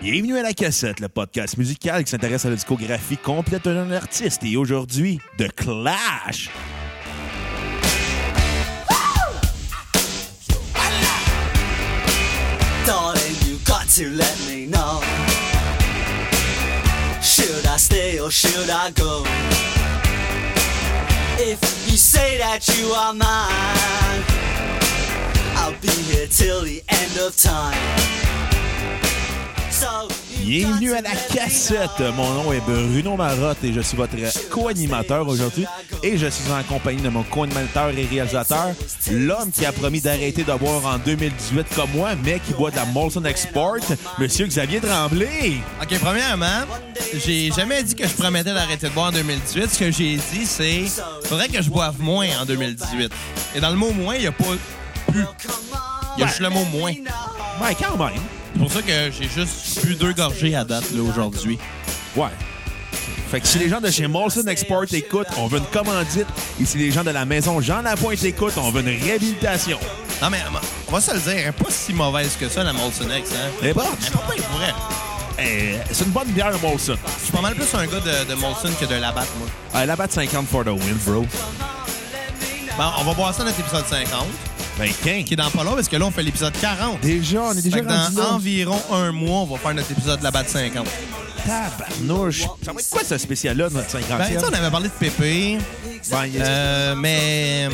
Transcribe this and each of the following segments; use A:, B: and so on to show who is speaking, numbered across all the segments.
A: Bienvenue à La Cassette, le podcast musical qui s'intéresse à la discographie complète d'un artiste. Et aujourd'hui, The Clash.
B: darling, you got to let me know. Should I stay or should I go? If you say that you are mine, I'll be here till the end of time. So you got
A: Bienvenue
B: to
A: à La
B: let me
A: Cassette.
B: know.
A: Mon nom est Bruno Marotte et je suis votre co-animateur aujourd'hui. Et je suis en compagnie de mon co-animateur et réalisateur, l'homme qui a promis d'arrêter de boire en 2018 comme moi, mais qui boit de la Molson Export, Monsieur Xavier Tremblay.
C: OK, premièrement, j'ai jamais dit que je promettais d'arrêter de boire en 2018. Ce que j'ai dit, c'est faudrait que je boive moins en 2018. Et dans le mot moins, il n'y a pas. Il y a juste le mot moins.
A: Ouais, quand même.
C: C'est pour ça que j'ai juste bu deux gorgées à date, là, aujourd'hui.
A: Ouais. Fait que si les gens de chez Molson Export écoutent, on veut une commandite. Et si les gens de la maison Jean Lapointe écoutent, on veut une réhabilitation.
C: Non, mais on va se le dire, elle n'est pas si mauvaise que ça, la Molson X, hein?
A: Eh bon,
C: Elle est pas bien pour vrai.
A: eh, c'est une bonne bière, Molson.
C: Je suis pas mal plus un gars de, de Molson que de Labatt, moi.
A: Ah, la batte 50 for the win, bro.
C: Bon, on va boire ça dans notre épisode 50,
A: Ben, quin.
C: qui est dans pas long, parce que là, on fait l'épisode 40.
A: Déjà, on est
C: Fait
A: déjà
C: que
A: rendu
C: dans
A: là.
C: environ un mois, on va faire notre épisode de la Ben, Batte 50.
A: Tabarnouche. Ça va être quoi, ce spécial-là, notre 50e?
C: Ben, tu sais, on avait parlé de Pépé,
A: Ben, il y a-
C: euh, mais.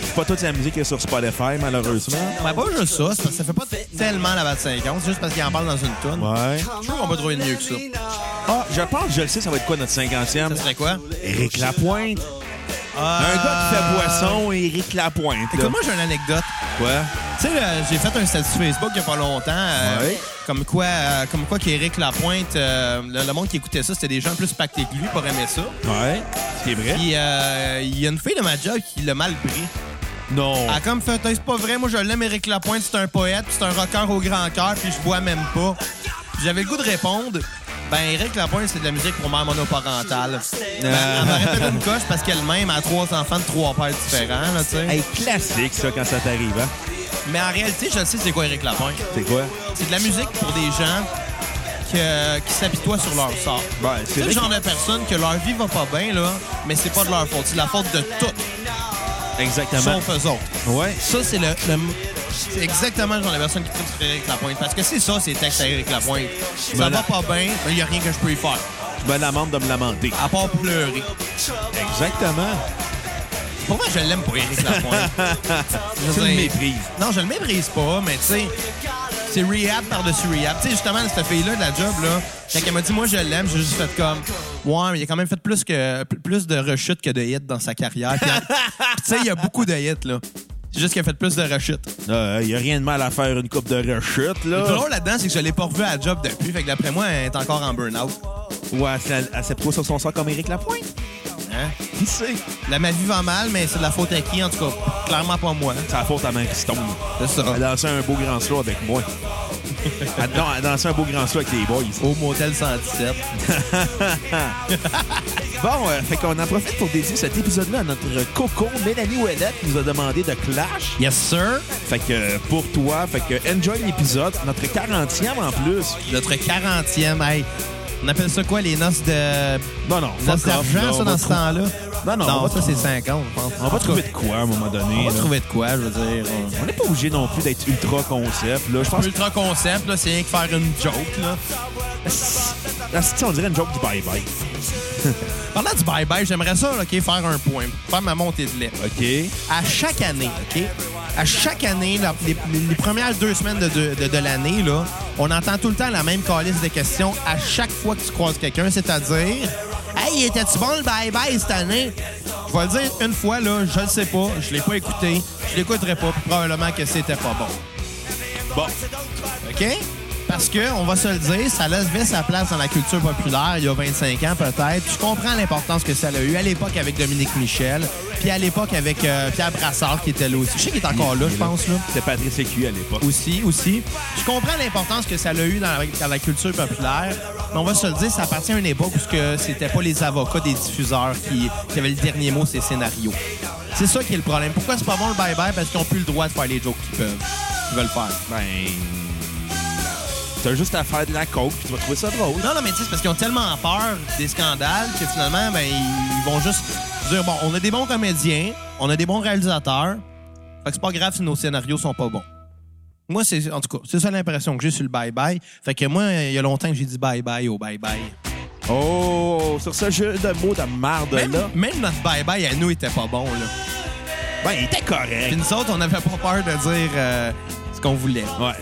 A: c'est pas toute la musique qui est sur Spotify, malheureusement.
C: Ben, pas juste ça, c'est parce que ça fait pas tellement la batte 50, c'est juste parce qu'il en parle dans une toune.
A: Ouais.
C: Je trouve qu'on peut trouver mieux que ça.
A: Ah, je pense, je le sais, ça va être quoi, notre 50e?
C: Ça serait quoi? Euh,
A: Éric Lapointe. Un gars
C: Ah.
A: qui fait boisson, Éric Lapointe. là.
C: Écoute, moi, j'ai une anecdote.
A: Quoi?
C: Tu sais, là, j'ai fait un statut Facebook il y a pas longtemps. euh,
A: Ouais.
C: Comme quoi, euh, comme quoi qu'Éric Lapointe, euh, le, le monde qui écoutait ça, c'était des gens plus pactés que lui pour aimer ça.
A: Ouais. C'est vrai?
C: Puis, euh, il y a une fille de ma job qui l'a mal pris.
A: Non.
C: Elle a comme fait, Hey, c'est pas vrai, moi je l'aime, Éric Lapointe, c'est un poète, puis c'est un rocker au grand cœur, puis je bois même pas. Puis J'avais le goût de répondre, ben Éric Lapointe, c'est de la musique pour mère monoparentale. Ben,
A: Euh.
C: elle m'a répété une coche parce qu'elle-même a trois enfants de trois pères différents, là, tu sais.
A: Hey, classique, ça, quand ça t'arrive, hein?
C: Mais en réalité, je sais c'est quoi Éric Lapointe.
A: C'est quoi?
C: C'est de la musique pour des gens que- qui s'apitoient sur leur sort.
A: Ben, c'est
C: C'est le
A: vrai
C: genre de personnes que leur vie va pas bien, là, mais c'est pas de leur faute. C'est la faute de toutes,
A: que- Exactement.
C: sauf eux autres.
A: Ouais.
C: Ça, c'est le, le- C'est exactement le genre de personne qui tripe sur Éric Lapointe. Parce que c'est ça, ces textes à Éric Lapointe. Ça
A: Voilà.
C: va pas bien, mais il n'y a rien que je peux y faire.
A: Je me lamente de me lamenter.
C: À part pleurer.
A: Exactement.
C: Pourquoi je l'aime pas, Éric Lapointe? Je veux
A: Tu le
C: dire-
A: méprises.
C: Non, je le méprise pas, mais tu sais, c'est rehab par-dessus rehab. Tu sais, justement, cette fille-là de la job, là, quand elle m'a dit, moi, je l'aime, j'ai juste fait comme, ouais, mais il a quand même fait plus que plus de rechutes que de hits dans sa carrière. Puis, elle- tu sais, il y a beaucoup de hits, là. C'est juste qu'il a fait plus de rechutes.
A: Il n'y Ah, a rien de mal à faire une coupe de rechute,
C: Le plus
A: là.
C: drôle là-dedans, c'est que je l'ai pas revu à la job depuis. Fait que d'après moi, elle est encore en burn-out.
A: Ou à cette quoi sur son sort comme Éric Lapointe?
C: Hein?
A: Qui sait?
C: La ma vie va mal, mais c'est de la faute à qui? En tout cas, clairement pas moi.
A: C'est la faute à Mariston.
C: C'est ça.
A: Elle a dansé un beau grand slow avec moi. Elle- non, elle a dansé un beau grand slow avec les boys.
C: Au motel 117.
A: Bon, euh, fait qu'on en profite pour dédier cet épisode-là à notre coco Mélanie Ouellette qui nous a demandé de Clash.
C: Yes, sir.
A: Fait que euh, pour toi, fait que enjoy l'épisode, notre 40e en plus.
C: Notre 40e. Hey, on appelle ça quoi, les noces de.
A: Non, non,
C: Noces
A: fuck off, là,
C: d'argent,
A: on
C: ça,
A: va
C: dans ce
A: trou-
C: temps-là?
A: Non, non, on va
C: ça,
A: trou-
C: c'est 50, je pense.
A: On va trouver de quoi à un moment donné.
C: On va
A: là.
C: trouver de quoi, je veux dire. euh.
A: On n'est pas obligé non plus d'être ultra concept. Là. Je pense
C: Ultra concept, là, c'est rien que faire une joke, là.
A: que si on dirait une joke du bye-bye.
C: Parlant du bye-bye, j'aimerais ça, là, OK, faire un point. Faire ma montée de lait.
A: OK.
C: à chaque année, OK? À chaque année, la- les, les premières deux semaines de, de- de- de l'année, là, on entend tout le temps la même calice de questions à chaque fois que tu croises quelqu'un, c'est-à-dire Hey, était-tu bon le bye-bye cette année? Je vais le dire une fois, là, je le sais pas, je l'ai pas écouté, je l'écouterai pas, puis probablement que c'était pas bon.
A: Bon.
C: OK? Parce que, on va se le dire, ça levait sa place dans la culture populaire il y a 25 ans peut-être. Je comprends l'importance que ça a eu à l'époque avec Dominique Michel, puis à l'époque avec euh, Pierre Brassard qui était là aussi. Je sais qu'il est encore là, je pense, là.
A: C'était Patrice Écu à l'époque.
C: Aussi, aussi. Je comprends l'importance que ça a eu dans la, dans la culture populaire, mais on va se le dire, ça appartient à une époque où ce que c'était pas les avocats des diffuseurs qui, qui avaient le dernier mot, c'est scénario. C'est ça qui est le problème. Pourquoi c'est pas bon le bye-bye? Parce qu'ils n'ont plus le droit de faire les jokes qu'ils peuvent. Ils veulent faire.
A: Ben. T'as juste à faire de la coke, puis tu vas trouver ça drôle.
C: Non, non, mais tu sais, c'est parce qu'ils ont tellement peur des scandales que finalement, ben, ils vont juste dire bon, on a des bons comédiens, on a des bons réalisateurs, fait que c'est pas grave si nos scénarios sont pas bons. Moi, c'est en tout cas, c'est ça l'impression que j'ai sur le bye-bye. Fait que moi, il y a longtemps que j'ai dit bye-bye au bye-bye.
A: Oh, sur ce jeu de mots de marde
C: Même,
A: là,
C: même notre bye-bye à nous était pas bon, là.
A: ben, il était
C: Puis
A: correct.
C: nous autres, on n'avait pas peur de dire euh, ce qu'on voulait.
A: Ouais.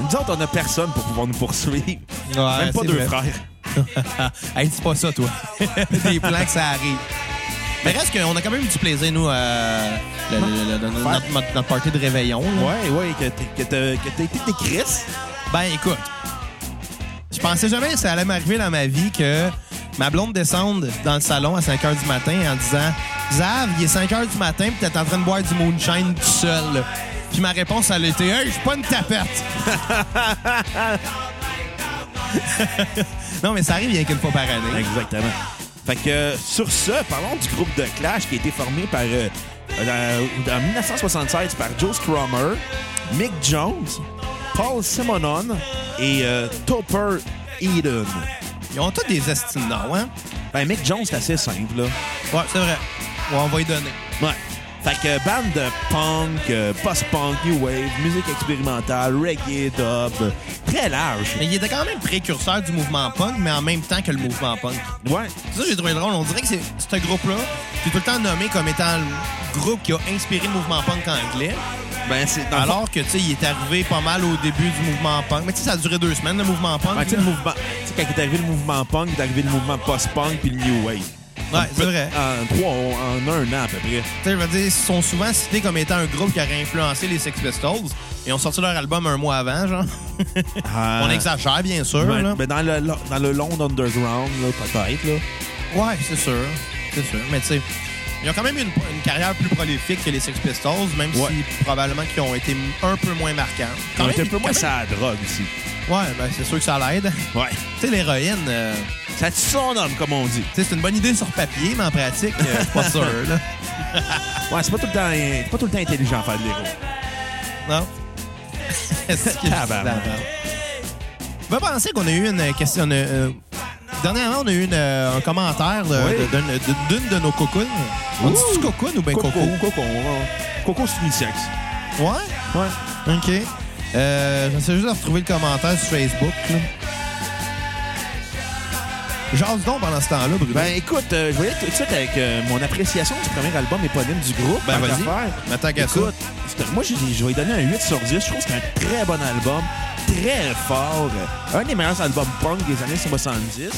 A: Nous autres, on a personne pour pouvoir nous poursuivre. Même pas
C: c'est
A: deux
C: vrai.
A: frères.
C: hey, dis pas ça, toi. Des plans que ça arrive. Mais reste qu'on a quand même eu du plaisir, nous, euh, le- le- le- le- notre, notre- notre party de réveillon. là.
A: Ouais, ouais, que t'es- que t'as que t'as été des Chris.
C: Ben, écoute, je pensais jamais que ça allait m'arriver dans ma vie que ma blonde descende dans le salon à 5 h du matin en disant Zav, il est 5 h du matin, puis t'es en train de boire du moonshine tout seul. là. Puis ma réponse, ça a été Hey, je suis pas une tapette. non, mais ça arrive, il y a qu'une fois par année.
A: Exactement. Fait que euh, sur ce, parlons du groupe de Clash qui a été formé par euh, euh, dans- en 1976 par Joe Strummer, Mick Jones, Paul Simonon et euh, Topper Eden.
C: Ils ont tous des estimes, non, hein?
A: Ben Mick Jones, c'est assez simple là.
C: Ouais, c'est vrai. Ouais, on va y donner.
A: Ouais. Fait que euh, bande de punk, euh, post-punk, new wave, musique expérimentale, reggae, dub, euh, très large.
C: Mais il était quand même précurseur du mouvement punk, mais en même temps que le mouvement punk.
A: Ouais.
C: C'est ça que j'ai trouvé drôle. On dirait que c'est ce groupe-là, qui est tout le temps nommé comme étant le groupe qui a inspiré le mouvement punk anglais,
A: Ben c'est dans le fond,
C: alors que, tu sais, il est arrivé pas mal au début du mouvement punk. Mais tu sais, ça a duré deux semaines, le mouvement punk.
A: ben, tu sais,
C: là.
A: le mouvement, tu sais, quand est arrivé le mouvement punk, est arrivé le mouvement post-punk puis le new wave.
C: ouais, c'est vrai.
A: En, trois, en un an à peu près.
C: Tu sais, je veux dire, ils sont souvent cités comme étant un groupe qui aurait influencé les Sex Pistols. Ils ont sorti leur album un mois avant, genre.
A: Euh.
C: On exagère, bien sûr.
A: Ben,
C: là.
A: ben, dans, le, dans le long underground, là, peut-être. là.
C: Ouais, c'est sûr. C'est sûr. Mais tu sais, ils ont quand même eu une, une carrière plus prolifique que les Sex Pistols, même
A: Ouais.
C: si probablement qu'ils ont été un peu moins marquants.
A: Ils
C: Quand
A: ont
C: même,
A: été un peu
C: quand
A: moins
C: même-
A: ça drogue ici.
C: Ouais, ben c'est sûr que ça l'aide.
A: Ouais.
C: tu sais, l'héroïne, euh, tu
A: Ça tue son homme, comme on dit.
C: sais, c'est une bonne idée sur papier, mais en pratique, euh, c'est pas sûr, là.
A: Ouais, c'est pas tout le temps, c'est pas tout le temps intelligent faire de l'héros.
C: Non? Est-ce que-
A: Tabarnak.
C: Je vais penser qu'on a eu une question. une, euh, dernièrement, on a eu une, euh, un commentaire de-
A: Oui.
C: de- d'une d'une de nos cocounes. On
A: Ouh.
C: dit-tu cocoon ou ben coco?
A: Coco, ouais. Coco, c'est unisexe.
C: Ouais?
A: Ouais.
C: OK. Euh, J'essaie juste de retrouver le commentaire sur Facebook. là. Jase donc pendant ce temps-là, Bruno.
A: Ben écoute, euh, je vais y aller tout de suite avec euh, mon appréciation du premier album éponyme du groupe.
C: Ben,
A: Tant
C: vas-y.
A: qu'à faire.
C: M'attends qu'à ça.
A: Écoute, c'est- moi, je, je vais lui donner un 8 sur 10. Je trouve que c'est un très bon album, très fort. Un des meilleurs albums punk des années 70.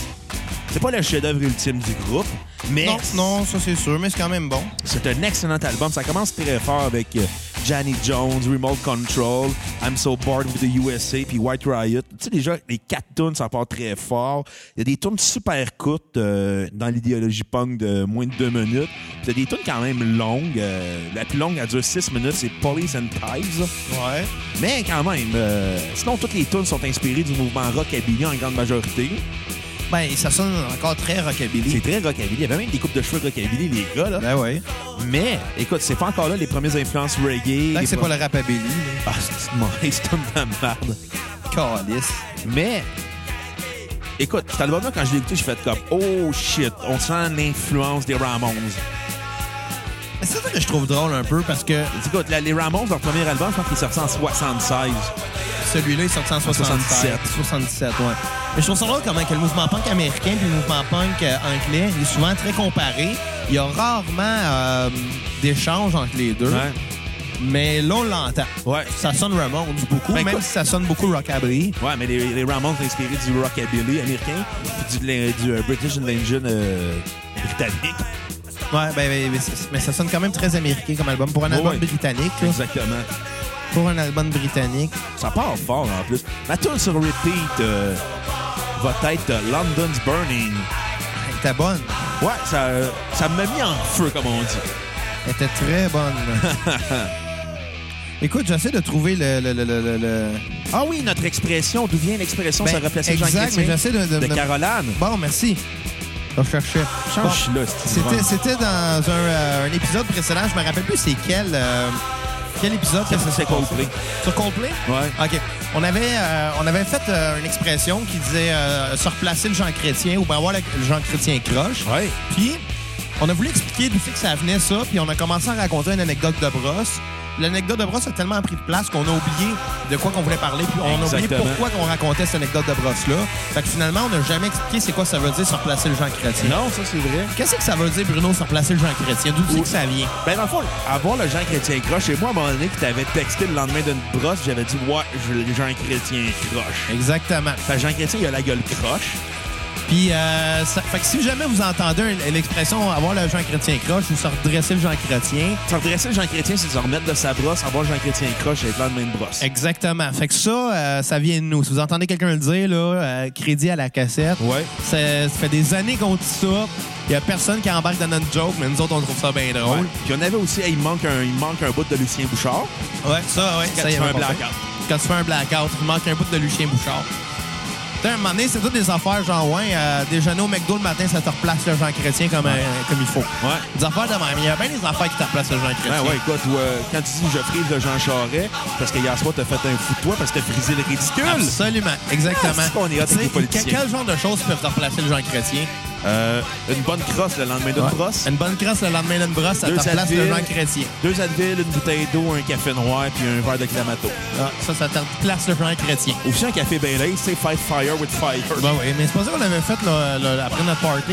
A: C'est pas le chef-d'œuvre ultime du groupe, mais
C: non, non, ça c'est sûr, mais c'est quand même bon.
A: c'est un excellent album. Ça commence très fort avec euh, Johnny Jones, Remote Control, I'm So Bored with the USA, puis White Riot. Tu sais, déjà, les quatre tunes, ça part très fort. Il y a des tunes super courtes euh, dans l'idéologie punk de moins de deux minutes. Puis il y a des tunes quand même longues. Euh, la plus longue, elle dure six minutes, c'est Police and Tides.
C: Ouais.
A: Mais quand même, euh, sinon, toutes les tunes sont inspirées du mouvement rockabilly en grande majorité.
C: Ben, ça sonne encore très rockabilly.
A: C'est très rockabilly. Il y avait même des coupes de cheveux rockabilly, les gars, là.
C: Ben oui.
A: Mais, écoute, c'est pas encore là les premières influences reggae. les
C: Tant que c'est
A: pre-
C: pas le rapabilly, là.
A: Ah, c'est une mauvaise tonne de la merde.
C: Calice.
A: Mais, écoute, cet album-là, quand je l'ai écouté, j'ai fait comme « Oh shit, on sent l'influence des Ramones.
C: Mais C'est ça que je trouve drôle un peu parce que »
A: Écoute, la- les Ramones, leur premier album, je pense qu'il est sorti en 76.
C: celui-là est sorti en 77.
A: 77.
C: 77, ouais. Mais je trouve ça drôle comment que le mouvement punk américain puis le mouvement punk euh, anglais il est souvent très comparé. Il y a rarement euh, d'échanges entre les deux. Mais là, on l'entend.
A: Ouais.
C: Ça sonne Ramones beaucoup,
A: Ben,
C: même
A: écoute-
C: si ça sonne beaucoup rockabilly.
A: Ouais, mais les, les Ramones sont inspirés du rockabilly américain, puis du, les- du euh, British Invasion euh, britannique.
C: Ouais, ben, ben, mais, c'est- mais ça sonne quand même très américain comme album. Pour un album
A: Ouais.
C: britannique, là.
A: Exactement.
C: Pour un album britannique.
A: Ça part fort en plus. Ma tune sur repeat euh, va être euh, London's Burning.
C: Elle était bonne.
A: Ouais, ça, euh, ça m'a mis en feu, comme on dit.
C: Elle était très bonne. Écoute, j'essaie de trouver le. le, le, le, le- le-
A: Ah oui, notre expression, d'où vient l'expression
C: Ben,
A: ça remplacer Jean
C: exact, mais
A: Chrétien
C: j'essaie de. de-
A: de
C: de-
A: Caroline.
C: Bon, merci. Je cherchais.
A: Change,
C: Bon,
A: je suis là, c'est
C: C'était,
A: vraiment.
C: c'était dans un, euh, un épisode précédent. Je me rappelle plus c'est quel. euh, quel épisode que ça s'est
A: C'était Coldplay.
C: passé. Sur Coldplay?
A: Ouais.
C: OK. On avait, euh, on avait fait euh, une expression qui disait euh, se replacer le Jean Chrétien ou bien avoir le, le Jean Chrétien croche.
A: Ouais.
C: Puis, on a voulu expliquer d'où c'est que ça venait, ça. Puis, on a commencé à raconter une anecdote de brosse. L'anecdote de brosse a tellement pris de place qu'on a oublié de quoi qu'on voulait parler. Puis, on a oublié
A: Exactement.
C: pourquoi qu'on racontait cette anecdote de brosse-là. Fait que finalement, on n'a jamais expliqué c'est quoi ça veut dire se replacer le Jean Chrétien.
A: Non, ça, c'est vrai.
C: Qu'est-ce que ça veut dire, Bruno, se replacer le Jean Chrétien? D'où c'est que ça vient?
A: Ben, dans le fond, avoir le Jean Chrétien croche, et moi, à un moment donné, qui t'avait texté le lendemain d'une brosse, j'avais dit, ouais, je veux le Jean Chrétien croche.
C: Exactement.
A: Fait que Jean Chrétien, il a la gueule croche.
C: Puis, euh, ça- fait que si jamais vous entendez un- l'expression avoir le Jean Chrétien croche ou se redresser le Jean Chrétien,
A: Ça redresser le Jean Chrétien, c'est de se remettre de sa brosse, avoir le Jean Chrétien croche avec le lendemain de brosse.
C: exactement. Fait que ça, euh, ça vient de nous. Si vous entendez quelqu'un le dire, là, euh, crédit à la cassette.
A: Ouais.
C: Ça, ça fait des années qu'on dit ça. Il y a personne qui embarque dans notre joke, mais nous autres, on trouve ça bien drôle.
A: Ouais. Puis on avait aussi, hey, il, manque un, il manque un bout de Lucien Bouchard.
C: Ouais, ça, ouais.
A: Quand tu
C: ça, y
A: fais
C: avait
A: un
C: pas
A: blackout.
C: peur. Quand tu fais un blackout, il manque un bout de Lucien Bouchard. Tu sais, à un moment donné, c'est toutes des affaires, genre, ouais, euh, déjeuner au McDo le matin, ça te replace le Jean Chrétien comme, un- comme il faut.
A: Ouais.
C: Des affaires de même. Il y a bien des affaires qui te replacent le Jean Chrétien.
A: Ben ouais, écoute, ou, euh, quand tu dis je frise de Jean Charret, parce que hier soir, t'as fait un fou de toi parce que t'as frisé le ridicule.
C: Absolument, exactement.
A: Ah, c'est qu'on est hot
C: Tu sais,
A: avec les politiciens.
C: quel, quel genre de choses peuvent te replacer le Jean Chrétien?
A: Euh, une bonne crosse le lendemain d'une
C: Ouais.
A: brosse.
C: Une bonne crosse le lendemain d'une brosse, ça te
A: Deux
C: replace le
A: Advil.
C: Jean Chrétien.
A: Deux Advil, une bouteille d'eau, un café noir, puis un verre de Clamato.
C: Ah, ça, ça te replace le Jean Chrétien.
A: Ou si un café bien laid, c'est Fight Fire with Fire.
C: Ben oui, mais c'est pas ça qu'on avait fait là, là, après notre party.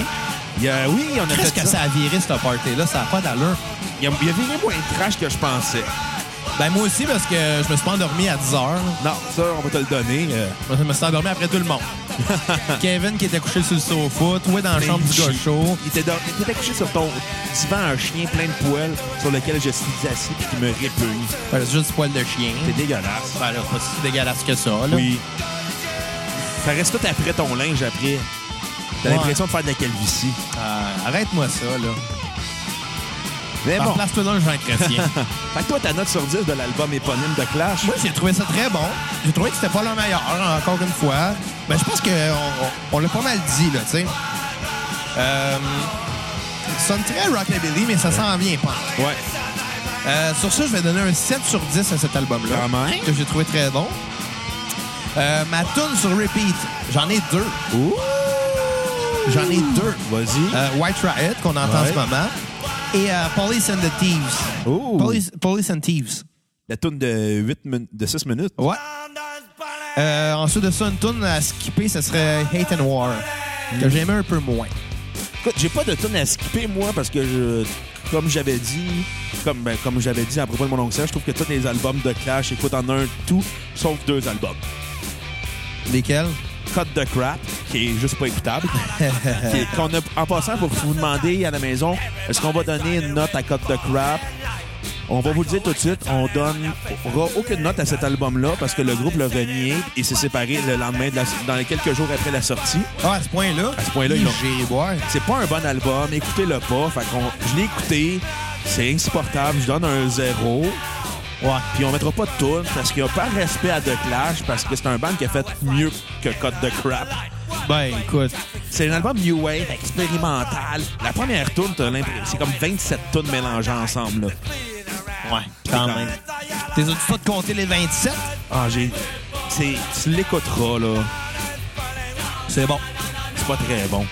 A: Il y a- oui, on a
C: Qu'est-ce
A: fait
C: que ça a viré, cette party-là? Ça n'a pas d'allure.
A: Il y a, il y a viré moins de trash que je pensais.
C: Ben moi aussi, parce que je me suis pas endormi à 10 heures. là.
A: Non, ça, on va te le donner. euh,
C: Je me suis endormi après tout le monde. Kevin qui était couché sur le sofa, toi dans la chambre du gars chaud.
A: Il était, dans- il était couché sur ton divan un chien plein de poils sur lequel je suis assis puis qui me répugne.
C: Ben, c'est juste du poil de chien.
A: C'est dégueulasse.
C: Ben là, c'est pas si dégueulasse que ça, là.
A: Oui. Ça reste tout après ton linge après. T'as
C: Ouais.
A: l'impression de faire de la calvitie.
C: Euh, Arrête-moi ça, là. Ben,
A: Mais bon.
C: Place-toi dans le Jean Chrétien.
A: Fait que toi, ta note sur 10 de l'album éponyme de Clash.
C: Moi, j'ai trouvé ça très bon. J'ai trouvé que c'était pas le meilleur, encore une fois. Mais je pense qu'on on, on l'a pas mal dit, là, tu sais. Euh, ça sonne très rockabilly, mais ça s'en vient pas.
A: Ouais.
C: Euh, sur ça, je vais donner un 7 sur 10 à cet album-là.
A: Quand même.
C: Que j'ai trouvé très bon. Euh, ma tune sur repeat, j'en ai deux.
A: Ouh!
C: J'en ai deux.
A: Vas-y.
C: Euh, White Riot, qu'on entend
A: Ouais.
C: en ce moment. Et euh, Police and the Thieves.
A: Ouh.
C: Police, Police and Thieves.
A: La tourne de, 8 min- de 6 minutes.
C: Ouais. Euh, ensuite de ça, une tune à skipper, ce serait Hate and War, que j'aimais un peu moins.
A: Écoute, j'ai pas de tourne à skipper, moi, parce que je- Comme j'avais dit, comme, ben, comme j'avais dit à propos de mon oncle Serge, je trouve que tous les albums de Clash écoutent en un tout, sauf deux albums.
C: Lesquels?
A: Cut the Crap, qui est juste pas écoutable. Qui est- qu'on a- en passant, pour vous demander à la maison, est-ce qu'on va donner une note à Cut the Crap? On va vous le dire tout de suite, on donnera aucune note à cet album-là parce que le groupe l'a renié et s'est séparé le lendemain, de la- dans les quelques jours après la sortie.
C: Ah, à ce point-là?
A: À ce point-là, ils l'ont.
C: J'ai boire.
A: C'est pas un bon album, écoutez-le pas. Fait qu'on, je l'ai écouté, c'est insupportable, je donne un zéro.
C: Ouais.
A: Puis on mettra pas de tune parce qu'il n'y a pas respect à The Clash parce que c'est un band qui a fait mieux que Cut the Crap.
C: Ben, écoute.
A: C'est un album new wave, expérimental. La première tune, t'as l'impression- c'est comme 27 tunes mélangées ensemble. là.
C: Ouais, quand même. T'es obligé pas de compter les 27?
A: Ah, j'ai. C'est. Tu l'écouteras, là.
C: C'est bon.
A: C'est pas très bon.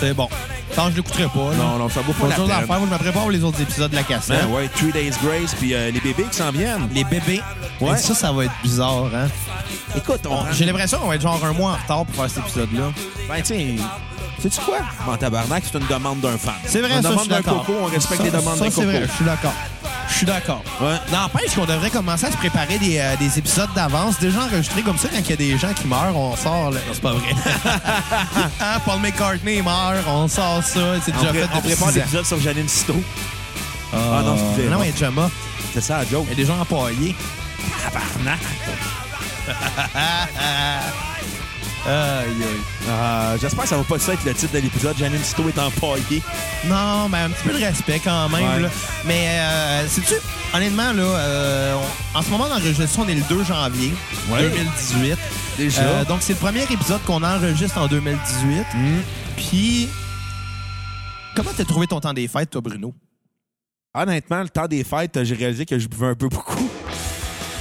C: C'est bon. Tant je l'écouterai pas. là.
A: Non, non, ça vaut
C: Pas
A: pas
C: de
A: la
C: choses à faire.
A: peine.
C: Moi, je me prépare pour les autres épisodes de la cassette.
A: Hein, ouais, Three Days Grace, puis euh, les bébés qui s'en viennent.
C: Les bébés.
A: Ouais.
C: Et Ça, ça va être bizarre, hein?
A: Écoute, on.
C: J'ai l'impression qu'on va être genre un mois en retard pour faire cet épisode-là.
A: Ben, tiens. Sais-tu quoi? Bon, tabarnak, c'est une demande d'un fan.
C: C'est vrai,
A: Une
C: ça, je
A: demande
C: suis
A: d'un
C: d'accord.
A: coco, on respecte
C: Ça,
A: les demandes
C: ça,
A: d'un
C: c'est
A: coco.
C: vrai, je suis d'accord. Je suis d'accord.
A: Ouais.
C: N'empêche qu'on devrait commencer à se préparer des, euh, des épisodes d'avance, déjà enregistrés comme ça. Quand il y a des gens qui meurent, on sort. le- Non, c'est pas vrai. Hein, Paul McCartney meurt, on sort ça. C'est
A: On,
C: déjà
A: pré-
C: fait
A: on
C: depuis
A: prépare
C: six ans.
A: l'épisode sur Janine Cito. Ah non,
C: Euh,
A: excusez.
C: Non, il est déjà mort.
A: C'est ça, la joke.
C: Il est déjà empaillé.
A: Tabarnak.
C: Aïe, aïe.
A: Euh, J'espère que ça va pas ça être le titre de l'épisode. Janine Cito est empaillée.
C: Non, mais un petit peu de respect quand même.
A: Ouais.
C: là. Mais, euh, sais-tu, honnêtement, là, euh, on- en ce moment, on enregistre, on est le 2 janvier
A: Ouais.
C: 2018.
A: Déjà.
C: Euh, donc, c'est le premier épisode qu'on enregistre en 2018.
A: Mm.
C: Puis, comment t'as trouvé ton temps des fêtes, toi, Bruno?
A: Honnêtement, le temps des fêtes, j'ai réalisé que je buvais un peu beaucoup.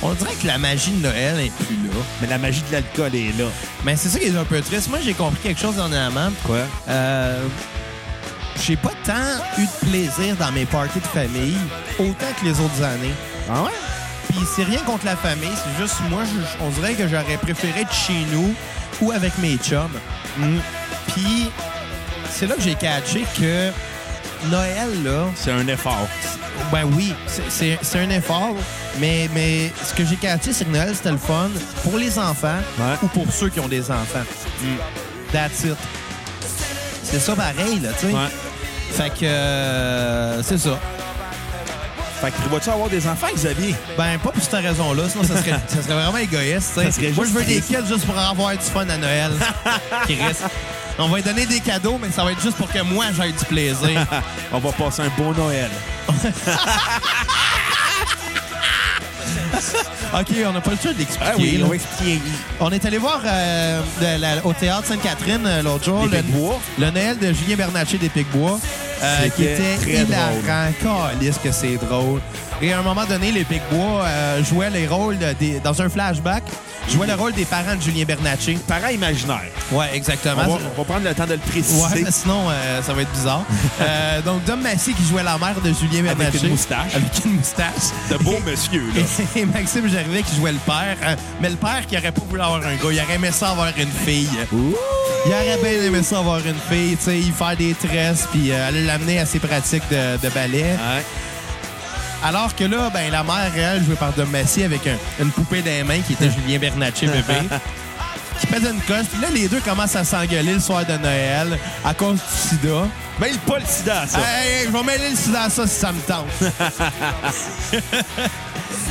C: On dirait que la magie de Noël n'est plus là.
A: Mais la magie de l'alcool est là.
C: Mais c'est ça qui est un peu triste. Moi, j'ai compris quelque chose dernièrement.
A: Quoi?
C: Euh, j'ai pas tant eu de plaisir dans mes parties de famille, autant que les autres années.
A: Ah ouais?
C: Puis c'est rien contre la famille, c'est juste moi, je- on dirait que j'aurais préféré être chez nous ou avec mes chums. Hmm. Puis c'est là que j'ai catché que Noël, là,
A: C'est un effort.
C: ben oui, c'est- c'est c'est un effort, mais, mais ce que j'ai catché, c'est que Noël, c'était le fun pour les enfants
A: Ouais.
C: ou pour ceux qui ont des enfants. Hmm. That's it. C'est ça pareil, là, tu sais.
A: Ouais.
C: Fait que euh, c'est ça.
A: Fait que vas-tu avoir des enfants, Xavier?
C: Ben, pas pour cette raison-là, sinon ça serait, ça serait vraiment égoïste. tu
A: Ça
C: sais.
A: serait
C: Moi, je
A: juste
C: veux des
A: triste.
C: kids juste pour avoir du fun à Noël. Chris. On va lui donner des cadeaux, mais ça va être juste pour que moi, j'aie du plaisir.
A: Ah, on va passer un beau Noël.
C: OK, on n'a pas le choix
A: Ah
C: d'expliquer. là.
A: expliquer.
C: Ah On est allé voir euh, de la- au théâtre Sainte-Catherine euh, l'autre jour
A: Les
C: le,
A: Picbois.
C: le Noël de Julien Bernatchez des Picbois, euh, qui
A: C'était
C: était
A: très
C: hilarant. Calisse que c'est drôle. Et à un moment donné, les Picbois euh, jouaient les rôles de- des- dans un flashback, jouaient le rôle des parents de Julien Bernatchez.
A: Parents imaginaires.
C: Ouais, exactement.
A: On va, on va prendre le temps de le
C: Ouais,
A: préciser.
C: mais sinon, euh, ça va être bizarre. Euh, donc, Dom Massy qui jouait la mère de Julien
A: Avec une
C: Bernatchez.
A: moustache.
C: Avec une moustache.
A: de beau monsieur, là.
C: Et Maxime Gervais qui jouait le père. Euh, mais le père qui aurait pas voulu avoir un gars, il aurait aimé ça avoir une fille. Il aurait bien aimé ça avoir une fille, tu sais, y faire des tresses, puis euh, aller l'amener à ses pratiques de, de ballet.
A: Ouais. Ah.
C: Alors que là, ben la mère, elle, jouée par Dom Massy avec un- une poupée dans les mains qui était Julien Bernatchez bébé. Qui faisait une coche. Puis là, les deux commencent à s'engueuler le soir de Noël à cause du sida.
A: Mêle pas le sida à ça.
C: Hey, hey, je vais mêler le sida à ça si ça me tente.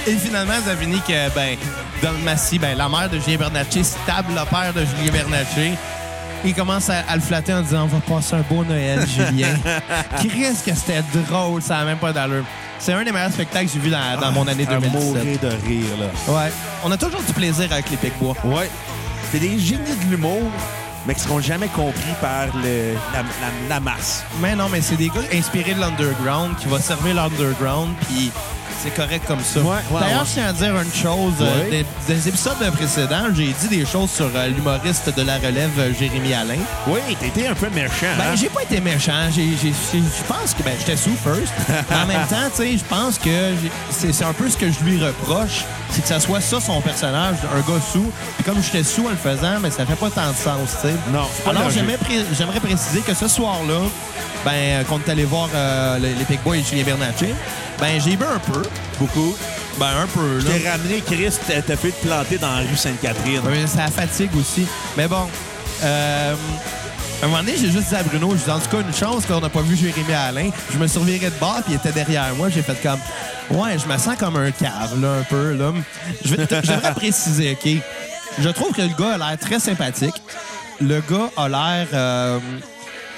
C: Et finalement, ça finit que, ben, dans le massif, ben, la mère de Julien Bernatchez stable le père de Julien Bernatchez. Il commence à, à le flatter en disant On va passer un beau Noël, Julien. Qu'est-ce que c'était drôle, ça n'a même pas d'allure. C'est un des meilleurs spectacles que j'ai vu dans,
A: Ah,
C: dans mon année
A: À
C: 2017.
A: mourir de rire, là.
C: Ouais. On a toujours du plaisir avec les Picbois.
A: Ouais. C'est des génies de l'humour, mais qui seront jamais compris par le- la, la- la masse.
C: Mais non, mais c'est des gars inspirés de l'underground qui va servir l'underground, puis c'est correct comme ça.
A: Ouais, ouais,
C: D'ailleurs,
A: ouais.
C: je tiens à dire une chose. euh,
A: Ouais.
C: des, des épisodes précédents, j'ai dit des choses sur euh, l'humoriste de la relève, euh, Jérémy Alain.
A: Oui, t'étais un peu méchant,
C: Ben,
A: hein?
C: j'ai pas été méchant. J'ai- j'ai- j'ai- Je pense que ben, j'étais sous first. Mais en même temps, tu sais, je pense que j'ai- c'est c'est un peu ce que je lui reproche, c'est que ça soit ça son personnage, un gars sous. Puis comme j'étais sous en le faisant, mais ça fait pas tant de sens, tu sais.
A: Non, c'est pas
C: Alors
A: logique.
C: j'aimerais pré- j'aimerais préciser que ce soir-là, ben euh, quand on est allé voir euh, le- les Picbois et Julien Bernatchez, ben j'ai bu un peu.
A: Beaucoup.
C: Ben un peu, là.
A: T'es ramené, Chris, t'as t'as fait te planter dans la rue Sainte-Catherine.
C: Ouais, Ça fatigue aussi. Mais bon, euh, à un moment donné, j'ai juste dit à Bruno, je dis en tout cas une chance qu'on n'a pas vu Jérémy Alain. Je me surveillerais de bord, puis il était derrière moi. J'ai fait comme, ouais, je me sens comme un cave, là, un peu, là. Je vais te- J'aimerais préciser, OK? Je trouve que le gars a l'air très sympathique. Le gars a l'air euh,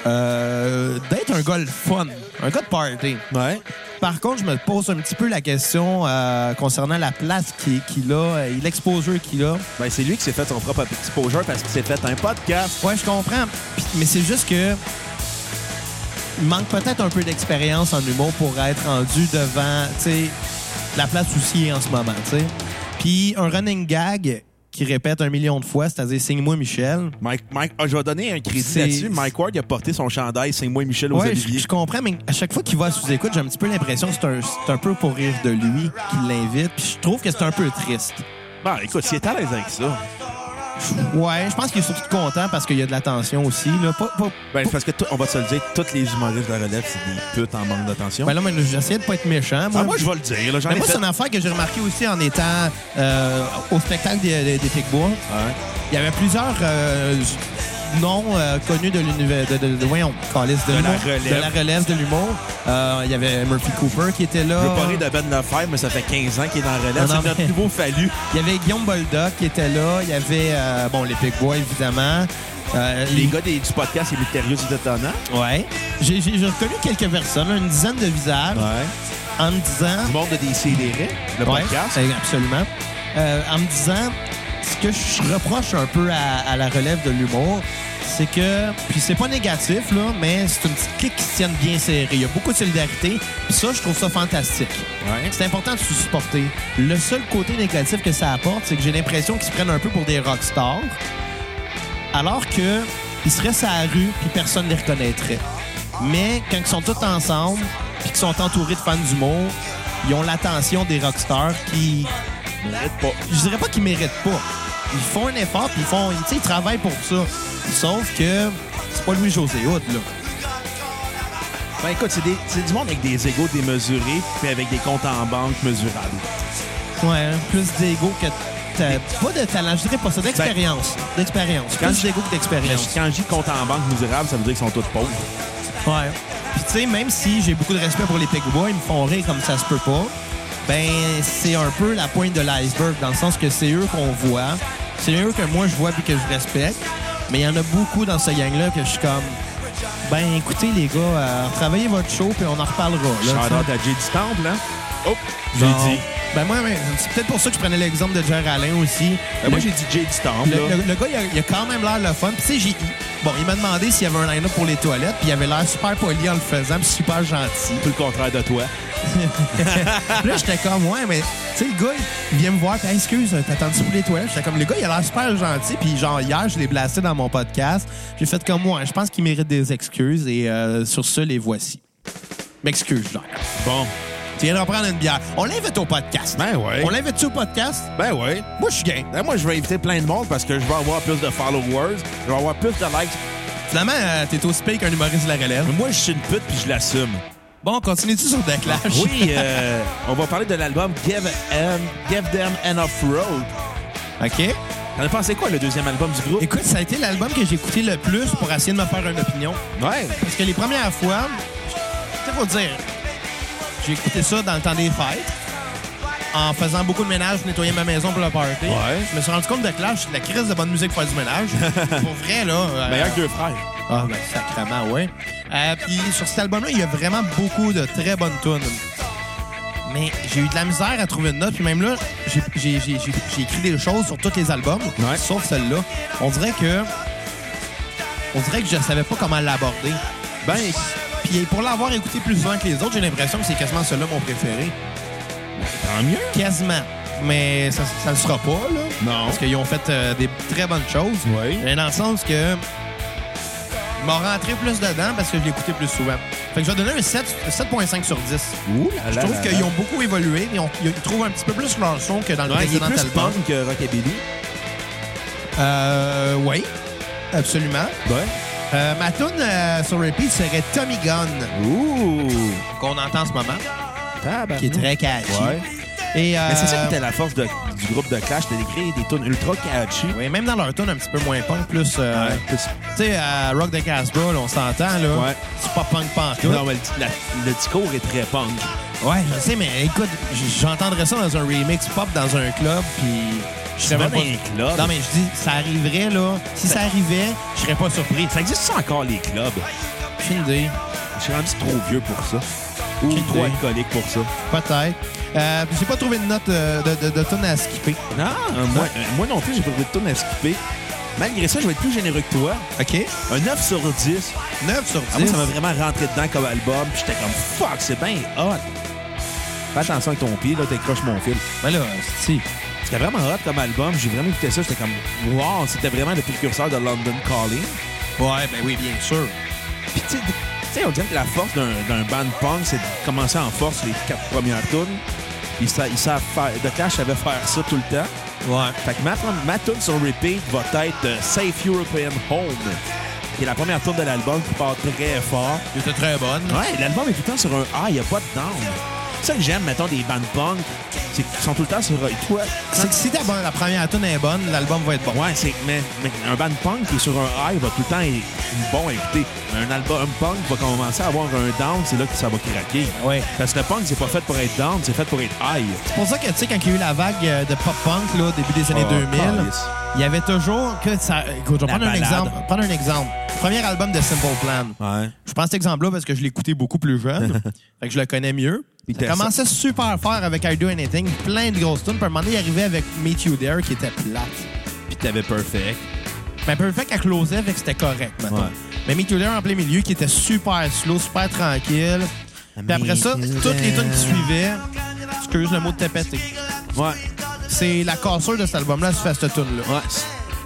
C: euh, d'être un gars le fun, un gars de party.
A: Ouais.
C: Par contre, je me pose un petit peu la question euh, concernant la place qu'il qu'il a, euh, l'exposure qu'il a.
A: Ben, c'est lui qui s'est fait son propre exposure parce qu'il s'est fait un podcast.
C: Ouais, je comprends. Puis- Mais c'est juste que il manque peut-être un peu d'expérience en humour pour être rendu devant, tu sais, la place où il est en ce moment, tu sais. Puis un running gag qui répète un million de fois, c'est-à-dire signe-moi Michel.
A: Mike, Mike, ah, je vais donner un crédit
C: C'est-
A: là-dessus. Mike Ward il a porté son chandail, c'est moi et Michel aux
C: Ouais, je,
A: Oliviers.
C: je comprends, mais à chaque fois qu'il va sous écoute, j'ai un petit peu l'impression que c'est un, c'est un peu pour rire de lui qu'il l'invite. Puis je trouve que c'est un peu triste.
A: Ben, écoute, s'il est à l'aise avec ça.
C: Ouais, je pense qu'il est surtout content parce qu'il y a de l'attention aussi. Là. Pas- pas-
A: Ben, c'est parce que, tout- on va se le dire, tous les humoristes de la relève, c'est des putes en manque d'attention.
C: ben là, mais j'essaie de pas être méchant.
A: Ah, moi, je vais le dire, là, j'en
C: Mais
A: ai
C: moi,
A: fait.
C: c'est une affaire que j'ai remarqué aussi en étant euh, au spectacle des, des, des Picbois.
A: Ouais.
C: Il y avait plusieurs euh, noms euh, connus de l'univers. De, de, de, voyons, câlisse, de,
A: De la
C: l'humour.
A: relève.
C: De la relève de l'humour. Euh, il y avait Murphy Cooper qui était là.
A: Je veux pas rire de Ben Lefebvre, mais ça fait 15 ans qu'il est dans la relève.
C: Non, non,
A: C'est notre
C: mais-
A: nouveau fallu.
C: Il y avait Guillaume Boldock qui était là. Il y avait, euh, bon, les Picbois, évidemment. Euh,
A: Les gars des- du podcast, c'est mystérieux et étonnant.
C: Ouais. J'ai j'ai- j'ai reconnu quelques personnes, une dizaine de visages,
A: Ouais.
C: en me disant.
A: Du monde de DCDR, le
C: Ouais,
A: podcast.
C: euh, absolument. Euh, en me disant, ce que je reproche un peu à, à la relève de l'humour, c'est que, puis c'est pas négatif, là, mais c'est une petite clique qui se tienne bien serrée. Il y a beaucoup de solidarité, puis ça, je trouve ça fantastique.
A: Ouais.
C: C'est important de se supporter. Le seul côté négatif que ça apporte, c'est que j'ai l'impression qu'ils se prennent un peu pour des rockstars, alors que ils seraient sur la rue, puis personne les reconnaîtrait. Mais quand ils sont tous ensemble, puis qu'ils sont entourés de fans d'humour, ils ont l'attention des rockstars qui,
A: Mérite pas.
C: je dirais pas qu'ils méritent pas. Ils font un effort, puis ils font, tu sais, ils travaillent pour ça. Sauf que c'est pas Louis José Hood là.
A: Ben écoute, c'est des- c'est du monde avec des égaux démesurés, puis avec des comptes en banque mesurables.
C: Ouais, plus d'ego que de- pas de talent, je dirais pas ça, d'expérience, d'expérience,
A: Quand
C: plus
A: je-
C: d'ego que
A: Mais
C: d'expérience.
A: quand je dis comptes en banque mesurables, ça veut dire qu'ils sont tous pauvres.
C: Ouais. Puis tu sais, même si j'ai beaucoup de respect pour les Pigbois, ils me font rire comme ça se peut pas. Ben, c'est un peu la pointe de l'iceberg, dans le sens que c'est eux qu'on voit. C'est eux que moi je vois puis que je respecte. Mais il y en a beaucoup dans ce gang-là que je suis comme. Ben écoutez les gars, euh, travaillez votre show puis on en reparlera. là, tu sais.
A: Shout-out à Jay du Temple, hein? Oh, j'ai
C: Bon.
A: dit.
C: Ben moi, ben, c'est peut-être pour ça que je prenais l'exemple de Jerry Alain aussi.
A: Ben, moi,
C: Le-
A: j'ai dit Jay du Temple,
C: Le,
A: là.
C: le- le gars, il a, il a quand même l'air le fun. Puis, tu sais, j'ai- Bon, il m'a demandé s'il y avait un line-up pour les toilettes, puis il avait l'air super poli en le faisant, puis super gentil.
A: Tout le contraire de toi.
C: Puis là, j'étais comme, ouais, mais, tu sais, le gars, il vient me voir, puis, Hey, excuse, t'attends-tu pour les toilettes? J'étais comme, le gars, il a l'air super gentil, puis genre, hier, je l'ai blasté dans mon podcast. J'ai fait comme, moi, je pense qu'il mérite des excuses, et euh, sur ce, les voici. M'excuse, genre.
A: Bon.
C: Tu viendras prendre une bière. On l'invite au podcast.
A: Ben ouais.
C: On l'invite-tu au podcast?
A: Ben ouais.
C: Moi, je suis game.
A: Ben moi, je vais inviter plein de monde parce que je vais avoir plus de followers, je vais avoir plus de likes.
C: Finalement, euh, t'es aussi payé qu'un humoriste de la relève.
A: Mais moi, je suis une pute puis je l'assume.
C: Bon, on continue-tu sur The Clash?
A: Oui, euh, on va parler de l'album Give, Em- Give Them Enough Road.
C: OK.
A: T'en as pensé quoi, le deuxième album du groupe?
C: Écoute, ça a été l'album que j'ai écouté le plus pour essayer de me faire une opinion.
A: Ouais.
C: Parce que les premières fois, tu sais, faut dire, j'ai écouté ça dans le temps des fêtes. En faisant beaucoup de ménage, je nettoyais ma maison pour le party.
A: Ouais.
C: Je me suis rendu compte de Clash, c'est de la crise de bonne musique pour faire du ménage. pour vrai, là. euh,
A: Meilleur que deux frères.
C: Ah, ben, sacrément, ouais. Euh, Puis sur cet album-là, il y a vraiment beaucoup de très bonnes tunes. Mais j'ai eu de la misère à trouver une note. Puis même là, j'ai- j'ai j'ai- j'ai- j'ai écrit des choses sur tous les albums,
A: Ouais.
C: sauf celle-là. On dirait que. On dirait que je savais pas comment l'aborder.
A: Ben,
C: Puis pour l'avoir écouté plus souvent que les autres, j'ai l'impression que c'est quasiment celui-là mon préféré.
A: tant mieux.
C: Quasiment. Mais ça, ça le sera pas, là.
A: Non.
C: Parce qu'ils ont fait euh, des très bonnes choses.
A: Oui.
C: Mais dans le sens que. Ils m'ont rentré plus dedans parce que je l'écoutais plus souvent. Fait que je vais donner un 7 7,5 sur 10.
A: Ouh là
C: Je
A: là
C: trouve
A: là
C: qu'ils
A: là.
C: ont beaucoup évolué, mais ils, ont- ils trouvent un petit peu plus leur son que dans le
A: Ouais, il est
C: précédent
A: plus
C: album.
A: punk que Rockabilly.
C: Euh, oui, absolument.
A: Ouais.
C: Euh, ma tune euh, sur repeat serait Tommy Gunn,
A: Ouh.
C: qu'on entend en ce moment,
A: Tabarnak.
C: qui est très catchy.
A: Ouais.
C: Et,
A: Mais c'est ça
C: euh,
A: qui était la force de- du groupe de Clash, c'était d'écrire des tunes ultra catchy.
C: Oui, même dans leur tune un petit peu moins punk, plus. euh,
A: Ouais. Plus-
C: Tu sais, à Rock de Casbah, là, on s'entend, là.
A: Ouais.
C: C'est pas punk pantoute.
A: Non, mais le, la- le discours est très punk.
C: Ouais, je sais, mais écoute, j- j'entendrais ça dans un remix pop dans un club, puis. Je serais
A: Dans
C: même pas.
A: un club?
C: Non, mais je dis, ça arriverait, là. Si ça arrivait, je serais pas surpris.
A: Ça existe ça encore les clubs?
C: J'ai une idée.
A: Je suis rendu trop vieux pour ça. Ou
C: Aucune
A: trop
C: idée.
A: alcoolique pour ça.
C: Peut-être. Euh, puis j'ai pas trouvé de note euh, de, de, de tune à skipper.
A: Non, euh, moi, euh, moi non plus, j'ai pas trouvé de tune à skipper. Malgré ça, je vais être plus généreux que toi.
C: OK.
A: Un 9 sur 10.
C: 9 sur 10.
A: Ah, moi, ça m'a vraiment rentré dedans comme album. Puis j'étais comme fuck, c'est bien
C: Ah,
A: hot. Fais attention avec ton pied, là, t'écroches mon fil.
C: Mais Ben là, si.
A: C'était vraiment hot comme album. J'ai vraiment écouté ça. J'étais comme wow, c'était vraiment le précurseur de London Calling.
C: Ouais, ben oui, bien sûr.
A: Puis tu sais, tu sais, on dirait que la force d'un d'un band punk, c'est de commencer en force les quatre premières tunes. Ils, sa- ils savent faire. The Clash savait faire ça tout le temps.
C: Ouais.
A: Fait que ma, ma tune sur repeat va être euh, Safe European Home, qui est la première tune de l'album qui part très fort.
C: Elle était très bonne.
A: Ouais, l'album est tout le temps sur un high, il n'y a pas de down. C'est ça que j'aime, mettons, des bandes punk, c'est qu'ils sont tout le temps sur un... Toi,
C: C'est que si ta bonne- la première tune est bonne, l'album va être bon.
A: Ouais, c'est... Mais, mais un band punk qui est sur un high va tout le temps être bon à écouter. Un album punk va commencer à avoir un down, c'est là que ça va craquer.
C: Ouais.
A: Parce que le punk, c'est pas fait pour être down, c'est fait pour être high.
C: C'est pour ça que, tu sais, quand il y a eu la vague euh, de pop-punk, là, au début des années
A: Oh,
C: 2000,
A: calice.
C: il y avait toujours que ça... Écoute, je vais
A: La
C: prendre un
A: balade.
C: exemple. Prendre un exemple. Premier album de Simple Plan.
A: Ouais.
C: Je prends cet exemple-là parce que je l'écoutais beaucoup plus jeune. fait que je le connais mieux.
A: Il
C: Il
A: était
C: commençait super fort avec I Do Anything, plein de grosses tunes. Puis à un moment donné, il arrivait avec Meet You There qui était plate.
A: Puis t'avais Perfect.
C: Mais Perfect, elle closait avec c'était correct, maintenant.
A: Ouais.
C: Mais Me Too There en plein milieu, qui était super slow, super tranquille. Puis après ça, toutes les tunes qui suivaient, excuse le mot de tapeté.
A: Ouais.
C: C'est la cassure de cet album-là, se fait cette tune-là.
A: Ouais.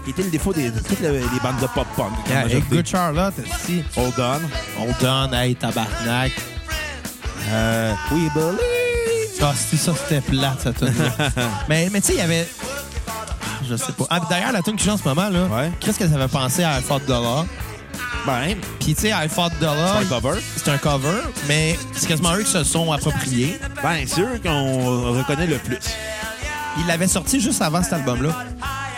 A: C'était le défaut des- de toutes les, les bandes de pop-punk. la
C: Yeah,
A: majorité.
C: Good Charlotte, si.
A: Hold on.
C: On donne, hey, tabarnak.
A: Euh, we believe.
C: Ah, si ça, c'était plate, cette tune-là. mais mais tu sais, il y avait. Ah, Je sais pas. Ah, puis D'ailleurs, la tune qui joue en ce moment, là,
A: Ouais.
C: qu'est-ce que ça avait pensé à I Fought Dollar?
A: Ben,
C: Puis, tu sais, I Fought
A: c'est
C: Dollar,
A: un cover.
C: c'est un cover, mais c'est quasiment eux qui se sont appropriés.
A: Ben, c'est eux qu'on reconnaît le plus.
C: Ils l'avaient sorti juste avant cet album-là.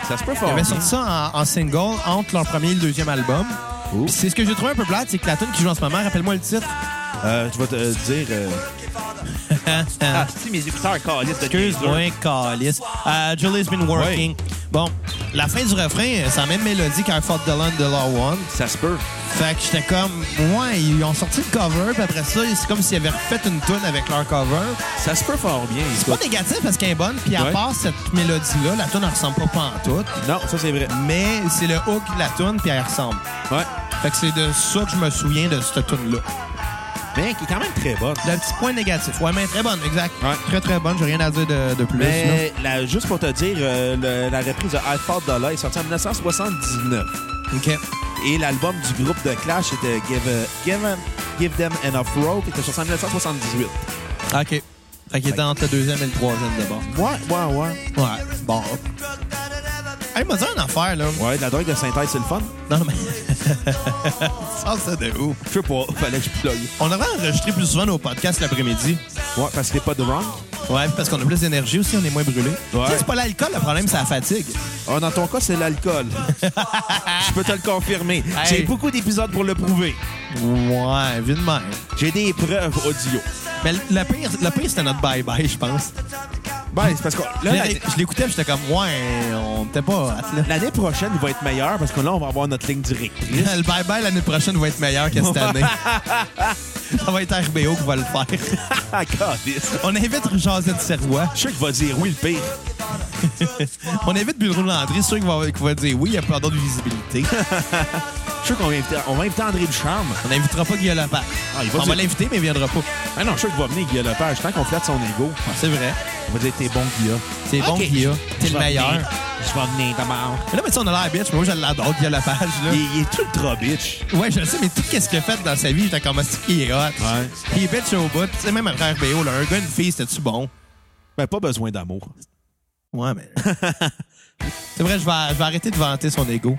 A: Ça se peut
C: Ils
A: fort.
C: avaient sorti ça en, en single entre leur premier et le deuxième album.
A: Ouh.
C: Puis c'est ce que j'ai trouvé un peu plate, c'est que la tune qui joue en ce moment, rappelle-moi le titre.
A: Euh, je vais te euh, dire. euh, Ah, si mes écouteurs calistes de
C: Excuse-moi, calice. Euh, Julie's Been Working. Bon, la fin du refrain, c'est la même mélodie qu'un Fort Dylan de Law One.
A: Ça se peut.
C: Fait que j'étais comme, ouais, ils ont sorti le cover, puis après ça, c'est comme s'ils avaient refait une tune avec leur cover.
A: Ça se peut fort bien.
C: C'est pas négatif parce qu'elle est bonne, puis à
A: Ouais.
C: part cette mélodie-là, la tune elle ressemble pas pas en tout.
A: Non, ça c'est vrai.
C: Mais c'est le hook de la tune, puis elle ressemble.
A: Ouais.
C: Fait que c'est de ça que je me souviens de cette tune-là.
A: Mais qui est quand même très bonne.
C: Le petit point négatif. Ouais, mais très bonne, exact.
A: Ouais.
C: Très, très bonne. J'ai rien à dire de, de plus. là.
A: Mais la- juste pour te dire, euh, le- la reprise de I Fought Dollar est sortie en 1979.
C: OK.
A: Et l'album du groupe de Clash était Give, euh, Give, Em- Give Them Enough Rope, qui était sorti en 1978.
C: OK. Fait qu'il était entre le deuxième et le troisième d'abord.
A: Ouais, ouais, ouais.
C: Ouais. Bon. Hey, m'a dit une affaire, là.
A: Ouais, de la drogue de synthèse, c'est le fun.
C: Non, mais. ça, ça de ouf.
A: Je sais pas, fallait que je plug.
C: On devrait enregistrer plus souvent nos podcasts l'après-midi.
A: Ouais, parce qu'il est pas de wrong.
C: Ouais, parce qu'on a plus d'énergie aussi, on est moins brûlé.
A: Ouais.
C: Tu sais, c'est pas l'alcool, le problème, c'est la fatigue.
A: Ah, dans ton cas, c'est l'alcool. je peux te le confirmer.
C: Hey.
A: J'ai beaucoup d'épisodes pour le prouver.
C: Ouais, vu de même.
A: J'ai des preuves audio.
C: Mais le- le pire, le pire c'était notre bye-bye, je pense.
A: Ben, c'est parce que là,
C: Je
A: l'année-
C: l'ai- je l'écoutais, j'étais comme, ouais, on était pas hâte, là.
A: l'année prochaine, il va être meilleur parce que là, on va avoir notre ligne directrice.
C: Le bye-bye l'année prochaine va être meilleur que cette année. Ça va être RBO qui va le faire.
A: Ah, câlisse.
C: On invite Josette Serrois.
A: Je sais qu'il va dire oui, le pire.
C: On invite Bureau Landry, c'est sûr qu'il va, qu'il va dire oui, il y a plein d'autres visibilités.
A: Je sais qu'on va inviter, on va inviter André Ducharme.
C: On n'invitera pas Guillaume Lepage.
A: Ah, il va
C: on
A: dire-
C: va l'inviter, mais il viendra pas.
A: Ah non, je suis sûr qu'il va venir, Guillaume Lepage. Tant qu'on flatte son ego,
C: C'est vrai.
A: on va dire t'es bon, Guillaume.
C: C'est bon,
A: Ok.
C: Guillaume. T'es
A: Je
C: le
A: vais
C: meilleur.
A: venir. Je vais venir d'abord.
C: Mais là, mais tu sais, on a l'air bitch. mais Moi, je l'adore, Guillaume Lepage. Là.
A: Il, il est ultra bitch.
C: Ouais, je le sais, mais tout ce qu'il a fait dans sa vie, j'étais comme, c'est qu'il est hot.
A: Ouais.
C: Il est bitch au bout. Tu sais, même après RBO, là, un gars, une fille, c'était-tu bon?
A: Ben, pas besoin d'amour.
C: Ouais, mais. c'est vrai, je vais, je vais arrêter de vanter son ego.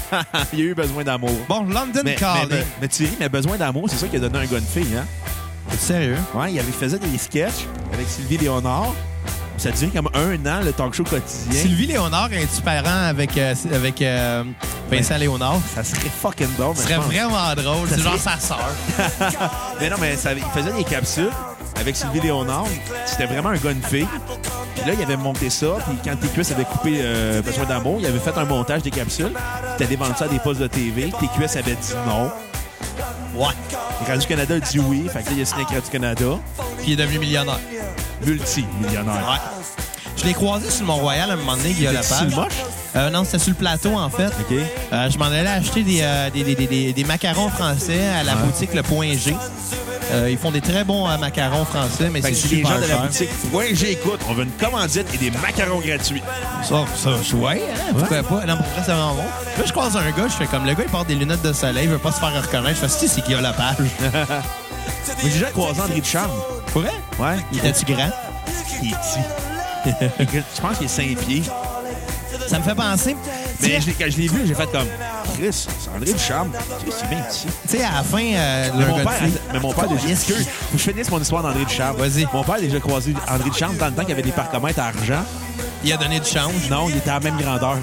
A: Il y a eu besoin d'amour.
C: Bon, London
A: Mais, mais,
C: Calling.
A: mais, mais tu ris, mais besoin d'amour, c'est ça qui a donné un gars une fille, hein?
C: Sérieux?
A: Ouais, il avait- faisait des sketchs avec Sylvie Léonard. Ça durait comme un an, le talk show quotidien.
C: Sylvie Léonard est-tu parent avec, euh, avec euh, Vincent Léonard?
A: Ça serait fucking drôle. mais
C: Ce
A: je
C: serait
A: Ben, pense-
C: vraiment drôle. C'est genre sa sœur.
A: Mais non, mais ça, il faisait des capsules avec Sylvie Léonard. C'était vraiment un gars, une fille. Puis là, il avait monté ça. Puis quand tes cuisses avaient coupé euh, Besoin d'amour, il avait fait un montage des capsules. Puis t'allais vendre ça à des postes de TV. Tes cuisses avaient dit non.
C: Ouais.
A: Radio-Canada a dit oui. Fait que là, il a signé avec Radio-Canada.
C: Puis il est devenu millionnaire.
A: Multi-millionnaire.
C: Je l'ai croisé sur le Mont-Royal à un moment donné, Guillaume
A: C'est
C: Lepage.
A: le moche?
C: Euh, non, c'était sur le plateau, en fait.
A: OK.
C: Euh, je m'en allais acheter des, euh, des, des- des- des- des macarons français à la boutique Le Point G. Euh, ils font des très bons euh, macarons français, mais
A: Fait
C: c'est
A: que si les
C: super
A: gens de la
C: cher.
A: boutique Point G écoute, on veut une commandite et des macarons gratuits.
C: Ça, ça, ouais, hein, pourquoi pas? Non, pour vrai, c'est vraiment bon. Là, je croise un gars, je fais comme le gars, il porte des lunettes de soleil, il veut pas se faire reconnaître. Je fais, si, c'est Guillaume Lepage.
A: J'ai déjà croisé André Ducharme.
C: Pour vrai?
A: Ouais.
C: Il était-tu grand?
A: Il est petit. Je pense qu'il est 5 pieds.
C: Ça me fait penser. tu
A: Mais
C: sais,
A: je l'ai- quand je l'ai vu, j'ai fait comme Chris, c'est André Ducharme. Tu sais, c'est bien petit.
C: Tu sais, à la fin, euh,
A: Mais
C: leur
A: mon,
C: gars de
A: père,
C: fille-
A: mais mon père déjà.
C: Yes.
A: Excuse, faut que je finisse mon histoire d'André Ducharme.
C: Vas-y.
A: Mon père a déjà croisé André Ducharme dans le temps qu'il y avait des parcomètres à argent.
C: Il a donné du change.
A: Non, il était à la même grandeur.